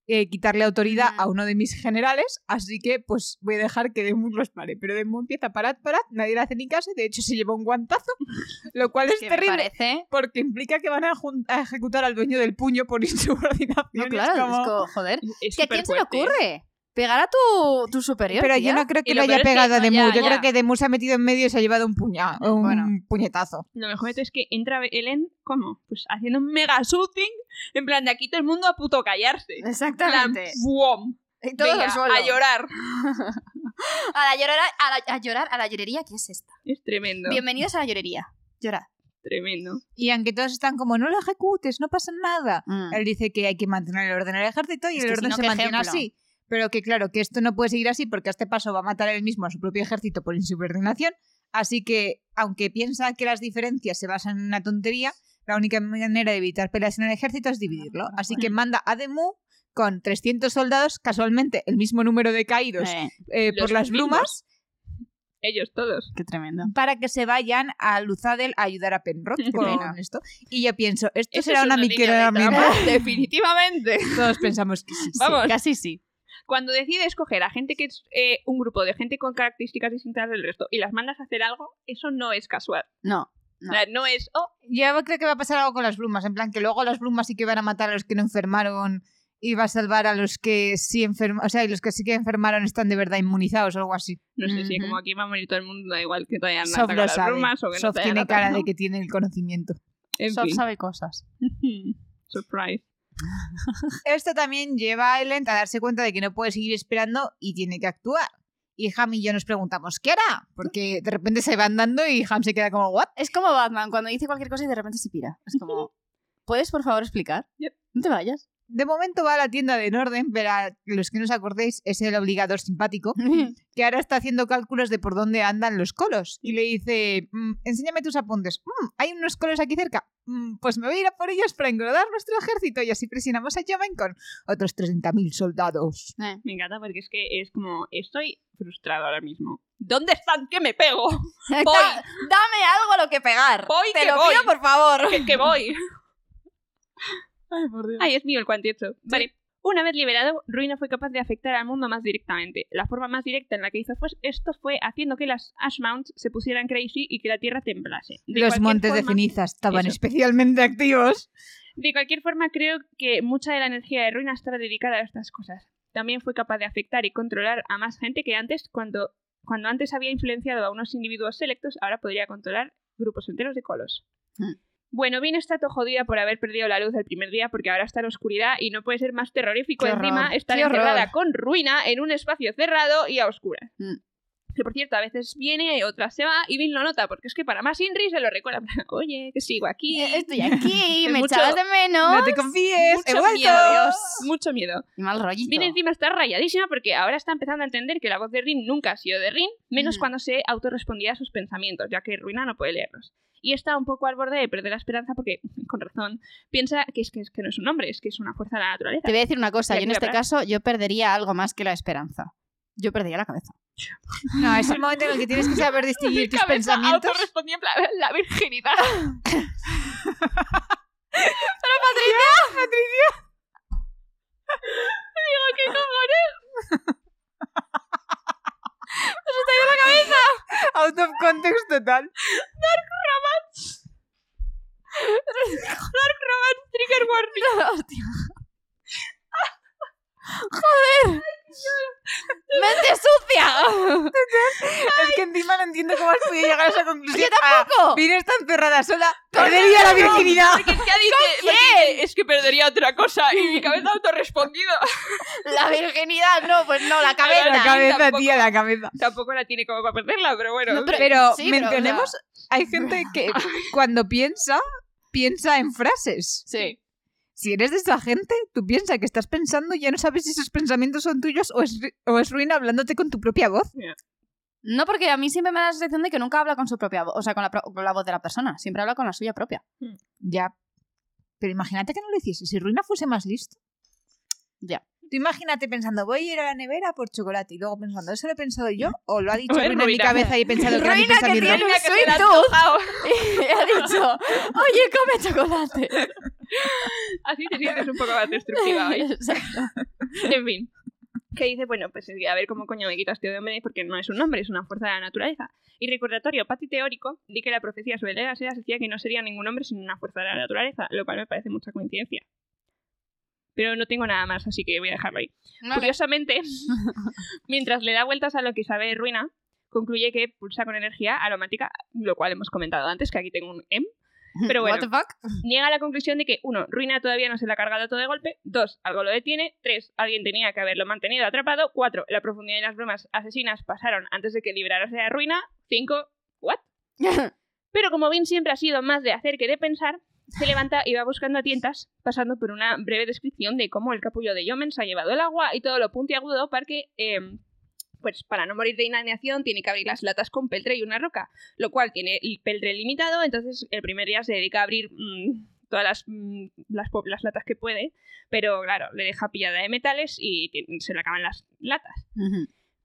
[SPEAKER 1] eh, quitarle autoridad
[SPEAKER 3] Ujú.
[SPEAKER 1] a uno de mis generales, así que pues voy a dejar que Demu los pare. Pero Demu empieza, parad, parad, nadie le hace ni caso, de hecho se lleva un guantazo, lo cual es
[SPEAKER 3] que me
[SPEAKER 1] terrible,
[SPEAKER 3] parece...
[SPEAKER 1] porque implica que van a, jun- a ejecutar al dueño del puño por insubordinación.
[SPEAKER 3] No,
[SPEAKER 1] Es
[SPEAKER 3] claro,
[SPEAKER 1] como-
[SPEAKER 3] es como, joder.
[SPEAKER 2] Es
[SPEAKER 3] ¿Que ¿A quién se le
[SPEAKER 2] superfuerte.
[SPEAKER 3] ocurre? Pegar a tu, tu superior,
[SPEAKER 1] Pero
[SPEAKER 3] tía?
[SPEAKER 1] yo no creo que
[SPEAKER 2] Y
[SPEAKER 1] lo
[SPEAKER 2] lo
[SPEAKER 1] haya
[SPEAKER 2] peor es que
[SPEAKER 1] pegado a
[SPEAKER 2] no,
[SPEAKER 1] Demu.
[SPEAKER 2] ya,
[SPEAKER 1] yo
[SPEAKER 2] ya.
[SPEAKER 1] creo que Demu se ha metido en medio y se ha llevado un puña, un
[SPEAKER 3] Bueno.
[SPEAKER 1] puñetazo.
[SPEAKER 2] Lo mejor de todo es que entra Ellen, ¿cómo? Pues haciendo un mega shooting. En plan, de aquí todo el mundo a puto callarse. En plan,
[SPEAKER 3] Exactamente.
[SPEAKER 2] ¡buom!
[SPEAKER 3] Y todos
[SPEAKER 2] Venga,
[SPEAKER 3] al suelo.
[SPEAKER 2] a llorar.
[SPEAKER 3] A la llorera- a la- a llorar, a la llorería, ¿qué es esta?
[SPEAKER 2] Es tremendo.
[SPEAKER 3] Bienvenidos a la llorería. Llorad.
[SPEAKER 2] Tremendo.
[SPEAKER 1] Y aunque todos están como, no lo ejecutes, no pasa nada.
[SPEAKER 2] Ah.
[SPEAKER 3] Mm,
[SPEAKER 1] Él dice que hay que mantener el orden del ejército y
[SPEAKER 3] Es
[SPEAKER 1] el
[SPEAKER 3] que si
[SPEAKER 1] orden
[SPEAKER 3] no,
[SPEAKER 1] se
[SPEAKER 3] ¿qué
[SPEAKER 1] mantiene
[SPEAKER 3] ejemplo?
[SPEAKER 1] así. Pero que claro, que esto no puede seguir así porque a este paso va a matar él mismo a su propio ejército por insubordinación. Así que, aunque piensa que las diferencias se basan en una tontería, la única manera de evitar peleas en el ejército es dividirlo.
[SPEAKER 2] Ah,
[SPEAKER 1] Así que manda a Demu con 300 soldados, casualmente el mismo número de caídos
[SPEAKER 3] Eh,
[SPEAKER 1] eh,
[SPEAKER 2] Los
[SPEAKER 1] por las
[SPEAKER 2] mismos.
[SPEAKER 1] brumas
[SPEAKER 2] Ellos todos.
[SPEAKER 3] qué tremendo.
[SPEAKER 1] para que se vayan a Luzadel a ayudar a Penrod
[SPEAKER 2] Qué
[SPEAKER 1] con
[SPEAKER 3] pena.
[SPEAKER 1] esto. Y yo pienso, esto
[SPEAKER 2] Eso
[SPEAKER 1] será
[SPEAKER 2] es
[SPEAKER 1] una,
[SPEAKER 2] línea
[SPEAKER 1] miquera
[SPEAKER 2] de trama, Definitivamente.
[SPEAKER 1] Todos pensamos que sí. sí.
[SPEAKER 2] Vamos.
[SPEAKER 3] Casi sí.
[SPEAKER 2] Cuando decides escoger a gente que es eh, un grupo de gente con características distintas del resto y las mandas a hacer algo, eso no es casual.
[SPEAKER 3] No.
[SPEAKER 2] O sea, no es, oh,
[SPEAKER 1] Yo creo que va a pasar algo con las brumas, en plan que luego las brumas sí que van a matar a los que no enfermaron y va a salvar a los que sí enfermaron, o sea, y los que sí que enfermaron están de verdad inmunizados o algo así.
[SPEAKER 2] no sé si
[SPEAKER 3] Ujú.
[SPEAKER 2] como aquí va a morir todo el mundo, da igual que te hayan
[SPEAKER 1] Sof
[SPEAKER 2] atacado
[SPEAKER 1] lo
[SPEAKER 2] las
[SPEAKER 1] sabe.
[SPEAKER 2] brumas o que no
[SPEAKER 1] Sof
[SPEAKER 2] te hayan
[SPEAKER 1] tiene cara
[SPEAKER 2] atacado.
[SPEAKER 1] de que tiene el conocimiento.
[SPEAKER 2] En
[SPEAKER 3] Sof
[SPEAKER 2] fin.
[SPEAKER 3] sabe cosas.
[SPEAKER 2] Surprise.
[SPEAKER 1] Esto también lleva a Ellen a darse cuenta de que no puede seguir esperando y tiene que actuar. Y Ham y yo nos preguntamos, ¿qué hará? Porque de repente se va andando y Ham se queda como, ¿what?
[SPEAKER 3] Es como Batman, cuando dice cualquier cosa y de repente se pira. Es como, ¿puedes por favor explicar?
[SPEAKER 2] Yep.
[SPEAKER 3] No te vayas.
[SPEAKER 1] De momento va a la tienda de Norden, pero a los que no os acordéis es el obligador simpático, que ahora está haciendo cálculos de por dónde andan los colos. Y le dice, "Mm, enséñame tus apuntes. "Mm, hay unos colos aquí cerca. "Mm, pues me voy a ir a por ellos para engordar nuestro ejército y así presionamos a Joven con otros 30.000 soldados.
[SPEAKER 3] Eh.
[SPEAKER 2] Me encanta porque es que es como, estoy frustrado ahora mismo. ¿Dónde están? que me pego?
[SPEAKER 3] Da- dame algo a lo que pegar.
[SPEAKER 2] Voy
[SPEAKER 3] te
[SPEAKER 2] que
[SPEAKER 3] lo
[SPEAKER 2] voy.
[SPEAKER 3] pido por favor.
[SPEAKER 2] que, que voy. Ay, por Dios. Ay, es mío el cuantiocho. Vale. Una vez liberado, Ruina fue capaz de afectar al mundo más directamente. La forma más directa en la que hizo fue- esto fue haciendo que las Ashmounts se pusieran crazy y que la tierra temblase. De
[SPEAKER 1] los
[SPEAKER 2] cualquier
[SPEAKER 1] montes de
[SPEAKER 2] forma-
[SPEAKER 1] ceniza estaban
[SPEAKER 2] Eso.
[SPEAKER 1] especialmente activos.
[SPEAKER 2] De cualquier forma, creo que mucha de la energía de Ruina estaba dedicada a estas cosas. También fue capaz de afectar y controlar a más gente que antes cuando Cuando antes había influenciado a unos individuos selectos, ahora podría controlar grupos enteros de colos.
[SPEAKER 3] Mm.
[SPEAKER 2] Bueno, Vin está todo jodida por haber perdido la luz el primer día porque ahora está en oscuridad y no puede ser más terrorífico
[SPEAKER 3] Qué
[SPEAKER 2] encima
[SPEAKER 3] horror,
[SPEAKER 2] estar
[SPEAKER 3] qué horror.
[SPEAKER 2] encerrada con ruina en un espacio cerrado y a oscuras.
[SPEAKER 3] Mm.
[SPEAKER 2] Que por cierto, a veces viene, otras se va y Vin lo nota porque es que para más Inri se lo recuerda. en plan, Oye, que sigo aquí.
[SPEAKER 3] Eh, Estoy aquí,
[SPEAKER 2] Es
[SPEAKER 3] me
[SPEAKER 2] mucho-
[SPEAKER 3] echabas de menos.
[SPEAKER 1] No te confíes, he
[SPEAKER 2] Mucho
[SPEAKER 1] vuelto.
[SPEAKER 2] miedo, Dios. Mucho miedo.
[SPEAKER 3] Y mal rollito.
[SPEAKER 2] Vin encima está rayadísima porque ahora está empezando a entender que la voz de Rin nunca ha sido de Rin, menos
[SPEAKER 3] Mm.
[SPEAKER 2] cuando se autorrespondía a sus pensamientos, ya que Ruina no puede leerlos. Y está un poco al borde de perder la esperanza porque, con razón, piensa que es que, es que no es un hombre, es que es una fuerza de la naturaleza.
[SPEAKER 3] Te voy a decir una cosa,
[SPEAKER 2] Ya,
[SPEAKER 3] yo en este
[SPEAKER 2] claro.
[SPEAKER 3] caso yo perdería algo más que la esperanza. Yo perdería la cabeza.
[SPEAKER 1] No, es el momento en el que tienes que saber distinguir tus
[SPEAKER 2] Cabeza
[SPEAKER 1] pensamientos.
[SPEAKER 2] autorrespondía en plan, la virginidad.
[SPEAKER 1] Out of context total.
[SPEAKER 2] Trigger warning.
[SPEAKER 3] Hostia. ¡Joder! ¡Mente sucia!
[SPEAKER 1] Es que encima no entiendo cómo has podido llegar a esa conclusión.
[SPEAKER 3] tampoco.
[SPEAKER 1] Ah, Vine está encerrada sola. Perdería la virginidad.
[SPEAKER 2] Porque ya dice, porque dice, es que perdería otra cosa y mi cabeza autorrespondido.
[SPEAKER 3] La virginidad, no, pues no, la cabeza.
[SPEAKER 1] La cabeza,
[SPEAKER 2] tampoco.
[SPEAKER 1] tía, la cabeza.
[SPEAKER 2] Tampoco la tiene como para perderla, pero bueno.
[SPEAKER 3] No,
[SPEAKER 2] en fin.
[SPEAKER 1] Pero
[SPEAKER 3] sí, pero,
[SPEAKER 1] mencionemos, hay gente que cuando piensa, piensa en frases.
[SPEAKER 3] Sí.
[SPEAKER 1] Si eres de esa gente, tú piensas que estás pensando y ya no sabes si esos pensamientos son tuyos o es, o es ruina hablándote con tu propia voz.
[SPEAKER 3] No, porque a mí siempre me da la sensación de que nunca habla con su propia voz, o sea, con la, pro- con la voz de la persona, siempre habla con la suya propia.
[SPEAKER 1] Ya. Pero imagínate que no lo hiciese. Si Ruina fuese más listo.
[SPEAKER 3] Ya.
[SPEAKER 1] Tú imagínate pensando, voy a ir a la nevera por chocolate. Y luego pensando, ¿eso lo he pensado yo? ¿O lo ha dicho
[SPEAKER 2] A ver,
[SPEAKER 1] Ruina en mi
[SPEAKER 2] Ruina.
[SPEAKER 1] cabeza y he pensado que era mi
[SPEAKER 3] Ruina que
[SPEAKER 1] pensamiento?
[SPEAKER 3] tiene-
[SPEAKER 2] Mira que
[SPEAKER 3] soy
[SPEAKER 2] se la ha
[SPEAKER 3] tú.
[SPEAKER 2] antojado.
[SPEAKER 3] Y ha dicho, oye, come chocolate.
[SPEAKER 2] Así te sientes un poco más destructiva ¿eh? hoy. En fin. Que dice, bueno, pues a ver cómo coño me quitas este hombre, porque no es un hombre, es una fuerza de la naturaleza. Y recordatorio, Pati teórico, di que la profecía sobre las eras decía que no sería ningún hombre sin una fuerza de la naturaleza, lo cual me parece mucha coincidencia. Pero no tengo nada más, así que voy a dejarlo ahí. Curiosamente, mientras le da vueltas a lo que sabe Ruina, concluye que pulsa con energía aromática, lo cual hemos comentado antes, que aquí tengo un M, pero bueno
[SPEAKER 3] What the fuck?
[SPEAKER 2] llega a la conclusión de que, uno, Ruina todavía no se la ha cargado todo de golpe, dos, algo lo detiene, tres, alguien tenía que haberlo mantenido atrapado, cuatro, la profundidad de las bromas asesinas pasaron antes de que librarse de Ruina, cinco, ¿what? Pero como Vin siempre ha sido más de hacer que de pensar, se levanta y va buscando a tientas, pasando por una breve descripción de cómo el capullo de Yomen se ha llevado el agua y todo lo puntiagudo para que, eh, pues para no morir de inanición, tiene que abrir las latas con peltre y una roca, lo cual tiene el peltre limitado, entonces el primer día se dedica a abrir mm, todas las, mm, las, po- las latas que puede, pero claro, le deja pillada de metales y tien- se le acaban las latas.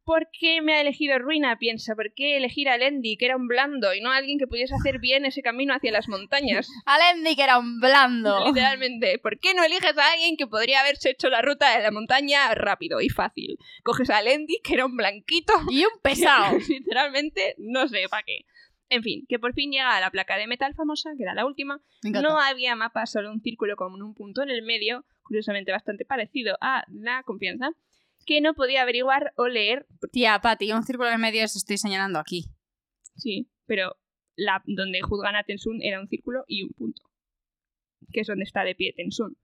[SPEAKER 2] ¿Por qué me ha elegido Ruina? Piensa, ¿por qué elegir a Lendi, que era un blando, y no a alguien que pudiese hacer bien ese camino hacia las montañas?
[SPEAKER 3] Alendi, que era un blando.
[SPEAKER 2] Literalmente, ¿por qué no eliges a alguien que podría haberse hecho la ruta de la montaña rápido y fácil? Coges a Lendi, que era un blanquito.
[SPEAKER 3] Y un pesado.
[SPEAKER 2] Literalmente, no sé para qué. En fin, que por fin llega a la placa de metal famosa, que era la última.
[SPEAKER 3] Me encanta.
[SPEAKER 2] No había mapa, solo un círculo con un punto en el medio, curiosamente bastante parecido a la confianza, que no podía averiguar o leer
[SPEAKER 3] Tía, Pati, un círculo en el medio os estoy señalando aquí.
[SPEAKER 2] Sí, pero la, donde juzgan a Tensun era un círculo y un punto. Que es donde está de pie Tensun.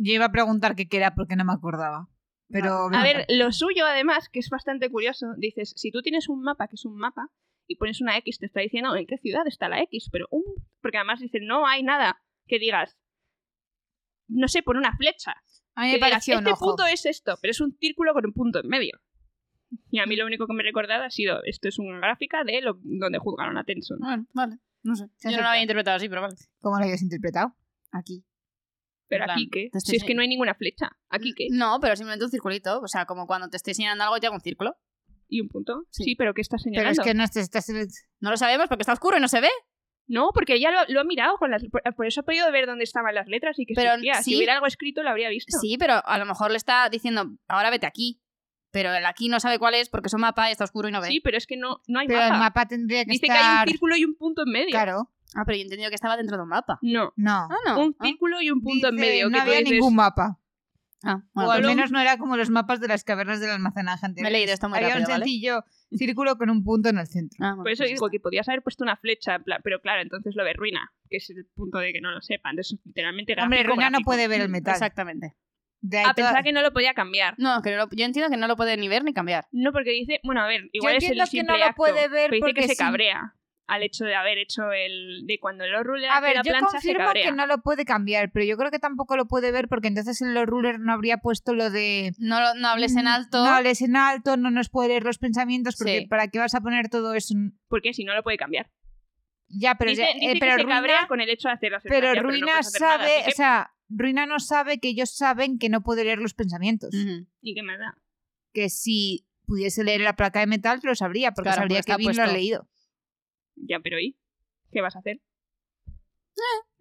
[SPEAKER 1] Yo iba a preguntar qué era porque no me acordaba. Pero
[SPEAKER 2] A ver, lo suyo además, que es bastante curioso, dices, si tú tienes un mapa que es un mapa y pones una X, te está diciendo en qué ciudad está la X, pero un... Porque además dicen, no hay nada que digas, no sé, pon una flecha.
[SPEAKER 1] a mí
[SPEAKER 3] Eh,
[SPEAKER 2] que
[SPEAKER 1] me
[SPEAKER 2] digas,
[SPEAKER 1] pareció un
[SPEAKER 2] este
[SPEAKER 1] ojo.
[SPEAKER 2] punto es esto, pero es un círculo con un punto en medio. Y a mí lo único que me he recordado ha sido, esto es una gráfica de lo, donde juzgaron a Tensun.
[SPEAKER 3] Bueno, vale. No sé.
[SPEAKER 1] Se
[SPEAKER 3] Yo no
[SPEAKER 1] acepta.
[SPEAKER 3] lo había interpretado así, pero vale.
[SPEAKER 1] ¿Cómo lo habías interpretado?
[SPEAKER 3] Aquí.
[SPEAKER 2] Pero
[SPEAKER 3] En plan,
[SPEAKER 2] aquí qué?
[SPEAKER 3] te estoy
[SPEAKER 2] Si es que
[SPEAKER 3] enseñ-
[SPEAKER 2] no hay ninguna flecha.
[SPEAKER 1] Mm,
[SPEAKER 2] Aquí qué?
[SPEAKER 3] No, pero simplemente un circulito. O sea, como cuando te estoy señalando algo y te hago un círculo.
[SPEAKER 2] ¿Y un punto?
[SPEAKER 3] Sí.
[SPEAKER 2] Sí, pero ¿qué estás
[SPEAKER 1] Pero
[SPEAKER 2] señalando?
[SPEAKER 1] es que no estás... estás-
[SPEAKER 3] No lo sabemos porque está oscuro y no se ve.
[SPEAKER 2] No, porque ella lo, lo ha mirado, con las, por, por eso ha podido ver dónde estaban las letras y que
[SPEAKER 3] Pero,
[SPEAKER 2] existía.
[SPEAKER 3] ¿sí?
[SPEAKER 2] Si hubiera algo escrito, lo habría visto.
[SPEAKER 3] Sí, pero a lo mejor le está diciendo, ahora vete aquí. Pero el aquí no sabe cuál es porque su mapa está oscuro y no ve.
[SPEAKER 2] Sí, pero es que no, no hay
[SPEAKER 1] Pero el
[SPEAKER 2] mapa.
[SPEAKER 1] mapa tendría que
[SPEAKER 2] Dice que hay
[SPEAKER 1] estar...
[SPEAKER 2] un círculo y un punto en medio.
[SPEAKER 1] Claro.
[SPEAKER 3] Ah, pero yo he entendido que estaba dentro de un mapa.
[SPEAKER 2] No,
[SPEAKER 1] No.
[SPEAKER 3] Ah, no.
[SPEAKER 2] un
[SPEAKER 3] Ah.
[SPEAKER 2] círculo y un punto en
[SPEAKER 1] Dice,
[SPEAKER 2] medio.
[SPEAKER 1] No
[SPEAKER 2] que tú
[SPEAKER 1] había
[SPEAKER 2] dices,
[SPEAKER 1] ningún mapa.
[SPEAKER 3] Ah,
[SPEAKER 1] o
[SPEAKER 3] bueno,
[SPEAKER 1] al
[SPEAKER 3] pues-
[SPEAKER 1] menos no era como los mapas de las cavernas del almacenaje anterior.
[SPEAKER 3] Me he leído esto muy
[SPEAKER 1] Había
[SPEAKER 3] rápido,
[SPEAKER 1] un
[SPEAKER 3] ¿vale?
[SPEAKER 1] sencillo círculo con un punto en el centro.
[SPEAKER 3] Ah, bueno,
[SPEAKER 2] Por eso
[SPEAKER 3] pues ya
[SPEAKER 2] digo que podías haber puesto una flecha, en plan- pero claro, entonces lo de ruina, que es el punto de que no lo sepan. Entonces, literalmente
[SPEAKER 1] Hombre,
[SPEAKER 2] gráfico,
[SPEAKER 1] Ruina no
[SPEAKER 2] gráfico.
[SPEAKER 1] puede ver el
[SPEAKER 3] está.
[SPEAKER 1] metal.
[SPEAKER 3] Exactamente.
[SPEAKER 1] De ahí
[SPEAKER 2] A
[SPEAKER 1] toda-
[SPEAKER 2] pesar Ah, que no lo podía cambiar.
[SPEAKER 3] No, que no lo- yo entiendo que no lo puede ni ver ni cambiar.
[SPEAKER 2] No, porque dice, bueno, a ver, igual es el
[SPEAKER 1] entiendo que
[SPEAKER 2] simple
[SPEAKER 1] no lo
[SPEAKER 2] acto,
[SPEAKER 1] puede ver
[SPEAKER 2] pero dice
[SPEAKER 1] porque
[SPEAKER 2] que se
[SPEAKER 1] sí.
[SPEAKER 2] cabrea al hecho de haber hecho el de cuando lo rulea
[SPEAKER 1] A ver,
[SPEAKER 2] la
[SPEAKER 1] yo
[SPEAKER 2] plancha se
[SPEAKER 1] confirmo
[SPEAKER 2] cabrea.
[SPEAKER 1] que no lo puede cambiar, pero yo creo que tampoco lo puede ver porque entonces en los rulers no habría puesto lo de...
[SPEAKER 3] No, lo- no hables en
[SPEAKER 1] mm,
[SPEAKER 3] alto.
[SPEAKER 1] No hables en alto, no nos puede leer los pensamientos porque
[SPEAKER 3] Sí.
[SPEAKER 1] ¿para qué vas a poner todo eso?
[SPEAKER 2] Porque si no lo puede cambiar.
[SPEAKER 1] Ya, pero,
[SPEAKER 2] dice,
[SPEAKER 1] ya-
[SPEAKER 2] dice
[SPEAKER 1] eh, pero
[SPEAKER 2] que se cabrea
[SPEAKER 1] Ruina,
[SPEAKER 2] con el hecho de hacer la
[SPEAKER 1] pero
[SPEAKER 2] cirugía, no
[SPEAKER 1] Ruina
[SPEAKER 2] puedes hacer nada,
[SPEAKER 1] sabe,
[SPEAKER 2] así que-
[SPEAKER 1] o sea, Ruina no sabe que ellos saben que no puede leer los pensamientos.
[SPEAKER 3] Ujú.
[SPEAKER 2] ¿Y qué más da?
[SPEAKER 1] Que si pudiese leer la placa de metal lo sabría porque
[SPEAKER 3] Claro,
[SPEAKER 1] sabría
[SPEAKER 3] porque está
[SPEAKER 1] que Vin lo ha
[SPEAKER 3] puesto.
[SPEAKER 1] leído.
[SPEAKER 2] Ya, pero ¿y? ¿Qué vas a hacer?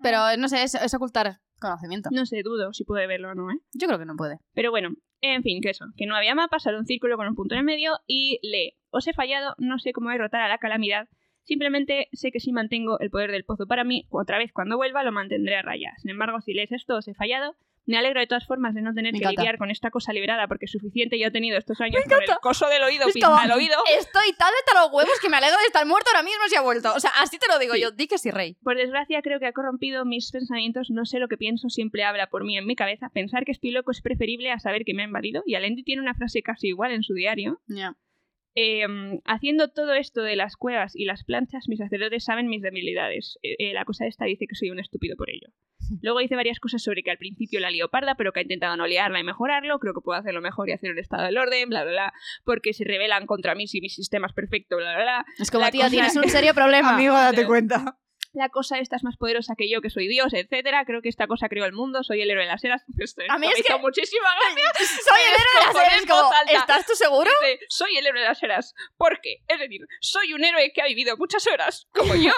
[SPEAKER 3] Pero no sé, es, es ocultar conocimiento.
[SPEAKER 2] No sé, dudo si puede verlo o no, ¿eh?
[SPEAKER 3] Yo creo que no puede.
[SPEAKER 2] Pero bueno, en fin, que eso, que no había mapas, solo un círculo con un punto en el medio y lee, os he fallado, no sé cómo derrotar a la calamidad, simplemente sé que si mantengo el poder del pozo para mí, otra vez cuando vuelva lo mantendré a raya. Sin embargo, si lees esto, os he fallado, me alegro de todas formas de no tener
[SPEAKER 3] Me
[SPEAKER 2] que
[SPEAKER 3] encanta.
[SPEAKER 2] lidiar con esta cosa liberada porque suficiente yo he tenido estos años con el coso del oído,
[SPEAKER 3] Es
[SPEAKER 2] pin-
[SPEAKER 3] como-
[SPEAKER 2] al oído.
[SPEAKER 3] Estoy tan hasta los huevos que me alegro de estar muerto ahora mismo si ha vuelto. O sea, así te lo digo yo. Di que sí, rey.
[SPEAKER 2] Por desgracia, creo que ha corrompido mis pensamientos. No sé lo que pienso, siempre habla por mí en mi cabeza. Pensar que estoy loco es preferible a saber que me ha invadido. Y Alendi tiene una frase casi igual en su diario. Em, haciendo todo esto de las cuevas y las planchas, mis sacerdotes saben mis debilidades. Eh, eh, la cosa esta dice que soy un estúpido por ello. Luego dice varias cosas sobre que al principio la leoparda, pero que ha intentado no liarla y mejorarlo. Creo que puedo hacerlo mejor y hacer un estado del orden, bla, bla, bla. Porque se rebelan contra mí si mi sistema es perfecto, bla, bla, bla.
[SPEAKER 3] Es como,
[SPEAKER 2] La
[SPEAKER 3] tío,
[SPEAKER 2] cosa-
[SPEAKER 3] tienes un serio problema.
[SPEAKER 1] date
[SPEAKER 2] Pero-
[SPEAKER 1] cuenta.
[SPEAKER 2] La cosa esta es más poderosa que yo, que soy Dios, etcétera. Creo que esta cosa creó el mundo, soy el héroe de las eras. Esto,
[SPEAKER 3] A mí
[SPEAKER 2] esto
[SPEAKER 3] es
[SPEAKER 2] me
[SPEAKER 3] que-
[SPEAKER 2] hizo muchísima gracia.
[SPEAKER 3] Soy el héroe de las
[SPEAKER 2] Con
[SPEAKER 3] series,
[SPEAKER 2] en
[SPEAKER 3] como,
[SPEAKER 2] voz alta.
[SPEAKER 3] ¿Estás tú seguro?
[SPEAKER 2] Dice, soy el héroe de las eras. ¿Por qué? Es decir, soy un héroe que ha vivido muchas horas, como yo.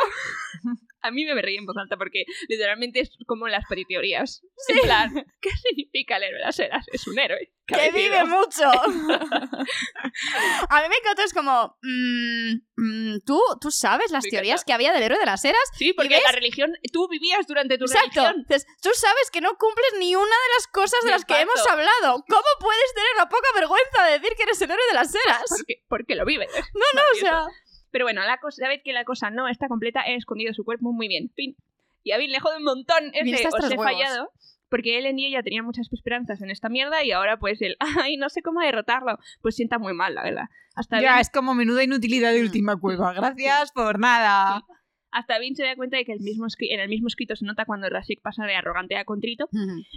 [SPEAKER 2] A mí me reí en voz alta porque literalmente es como las periteorías. En plan, ¿qué significa el héroe de las eras? Es un héroe. Que, ha
[SPEAKER 3] Que
[SPEAKER 2] vivido.
[SPEAKER 3] vive mucho. A mí me encanta, es como. mm, mm, ¿tú, tú sabes las
[SPEAKER 2] Me
[SPEAKER 3] teorías
[SPEAKER 2] encanta.
[SPEAKER 3] que había del héroe de las eras.
[SPEAKER 2] Sí, porque
[SPEAKER 3] ves?
[SPEAKER 2] la religión, tú vivías durante tu
[SPEAKER 3] Exacto.
[SPEAKER 2] religión.
[SPEAKER 3] Dices, tú sabes que no cumples ni una de las cosas de
[SPEAKER 2] Ni
[SPEAKER 3] las que
[SPEAKER 2] parto.
[SPEAKER 3] hemos hablado. ¿Cómo puedes tener la poca vergüenza de decir que eres el héroe de las eras?
[SPEAKER 2] Porque, porque lo vives.
[SPEAKER 3] No, no, o sea.
[SPEAKER 2] Pero bueno, la, cosa, la vez que la cosa no está completa, he escondido su cuerpo muy bien. Fin. Y a Bill le jode un montón. Este,
[SPEAKER 3] Bill, estás
[SPEAKER 2] os
[SPEAKER 3] tras
[SPEAKER 2] he
[SPEAKER 3] huevos.
[SPEAKER 2] fallado. Porque Ellen y ella tenían muchas esperanzas en esta mierda y ahora pues el, ay, no sé cómo derrotarlo. Pues sienta muy mal, la verdad. Hasta
[SPEAKER 1] Ya,
[SPEAKER 2] Vin-
[SPEAKER 1] es como menuda inutilidad de última cueva. Gracias por nada.
[SPEAKER 2] hasta Vin se da cuenta de que el mismo escri- en el mismo escrito se nota cuando Rasik pasa de arrogante a contrito.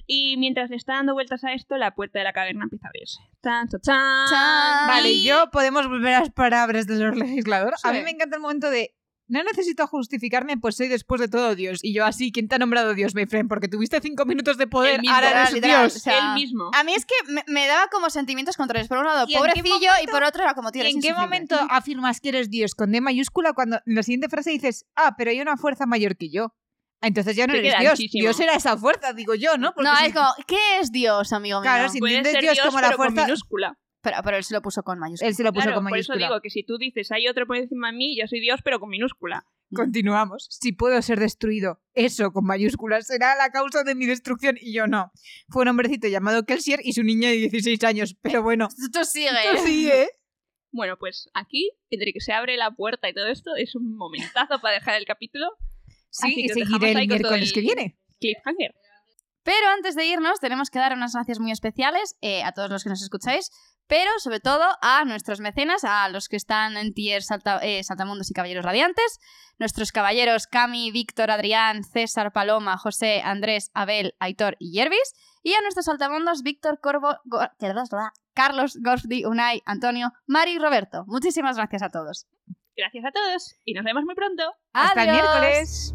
[SPEAKER 2] Y mientras le está dando vueltas a esto, la puerta de la caverna empieza a abrirse. Tan, tan, tan.
[SPEAKER 3] Chan.
[SPEAKER 1] Vale,
[SPEAKER 3] Y-
[SPEAKER 1] yo podemos volver a las palabras de los legisladores. A
[SPEAKER 3] Sí.
[SPEAKER 1] mí me encanta el momento de. No necesito justificarme, pues soy después de todo Dios. Y yo así, ¿quién te ha nombrado Dios, my friend? Porque tuviste cinco minutos de poder,
[SPEAKER 2] El mismo,
[SPEAKER 1] ahora eres
[SPEAKER 3] literal,
[SPEAKER 1] Dios. ah,
[SPEAKER 3] o sea,
[SPEAKER 2] Él mismo.
[SPEAKER 3] A mí es que me, me daba como sentimientos contrarios. Por un lado,
[SPEAKER 1] ¿Y en qué
[SPEAKER 3] pobrecillo, y por otro era como, tío,
[SPEAKER 1] ¿Y
[SPEAKER 3] eres
[SPEAKER 1] en qué
[SPEAKER 3] insufrible.
[SPEAKER 1] momento afirmas que eres Dios con D mayúscula cuando en la siguiente frase dices, ah, pero hay una fuerza mayor que yo? Ah, Entonces ya no
[SPEAKER 2] Te
[SPEAKER 1] eres
[SPEAKER 2] queda
[SPEAKER 1] Dios.
[SPEAKER 2] anchísimo.
[SPEAKER 1] Dios era esa fuerza, digo yo, ¿no? Porque
[SPEAKER 3] No,
[SPEAKER 1] si-
[SPEAKER 3] es como, ¿qué es Dios, amigo mío?
[SPEAKER 1] Claro, si
[SPEAKER 2] Puede
[SPEAKER 1] entiendes
[SPEAKER 2] ser
[SPEAKER 1] Dios,
[SPEAKER 2] Dios,
[SPEAKER 1] como la
[SPEAKER 2] pero con
[SPEAKER 1] fuerza.
[SPEAKER 2] minúscula.
[SPEAKER 3] Pero, pero él se lo puso con mayúsculas.
[SPEAKER 1] Él se lo puso
[SPEAKER 2] Claro,
[SPEAKER 1] con
[SPEAKER 2] por eso
[SPEAKER 1] mayúscula.
[SPEAKER 2] digo que si tú dices hay otro por encima de mí, yo soy Dios, pero con minúscula.
[SPEAKER 1] Continuamos. Si puedo ser destruido, eso con mayúsculas será la causa de mi destrucción y yo no. Fue un hombrecito llamado Kelsier y su niña de 16 años, pero bueno. ¿eh?
[SPEAKER 3] Tú
[SPEAKER 1] esto
[SPEAKER 3] sigue.
[SPEAKER 1] sigue.
[SPEAKER 2] Bueno, pues aquí, entre que se abre la puerta y todo esto, es un momentazo para dejar el capítulo.
[SPEAKER 1] Sí,
[SPEAKER 2] Así
[SPEAKER 1] y
[SPEAKER 2] que os dejamos
[SPEAKER 1] seguiré
[SPEAKER 2] ahí
[SPEAKER 1] el
[SPEAKER 2] con todo
[SPEAKER 1] miércoles que
[SPEAKER 2] el-
[SPEAKER 1] viene.
[SPEAKER 2] Cliffhanger.
[SPEAKER 3] Pero antes de irnos, tenemos que dar unas gracias muy especiales eh, a todos los que nos escucháis, pero sobre todo a nuestros mecenas, a los que están en tier Salta- eh, Saltamundos y Caballeros Radiantes, nuestros caballeros Cami, Víctor, Adrián, César, Paloma, José, Andrés, Abel, Aitor y Yervis, y a nuestros Saltamundos Víctor, Corvo, Go- perdón, Carlos, Gorfdi, Unai, Antonio, Mari y Roberto. Muchísimas gracias a todos.
[SPEAKER 2] Gracias a todos y nos vemos muy pronto.
[SPEAKER 1] Hasta el
[SPEAKER 3] ¡Adiós!
[SPEAKER 1] miércoles.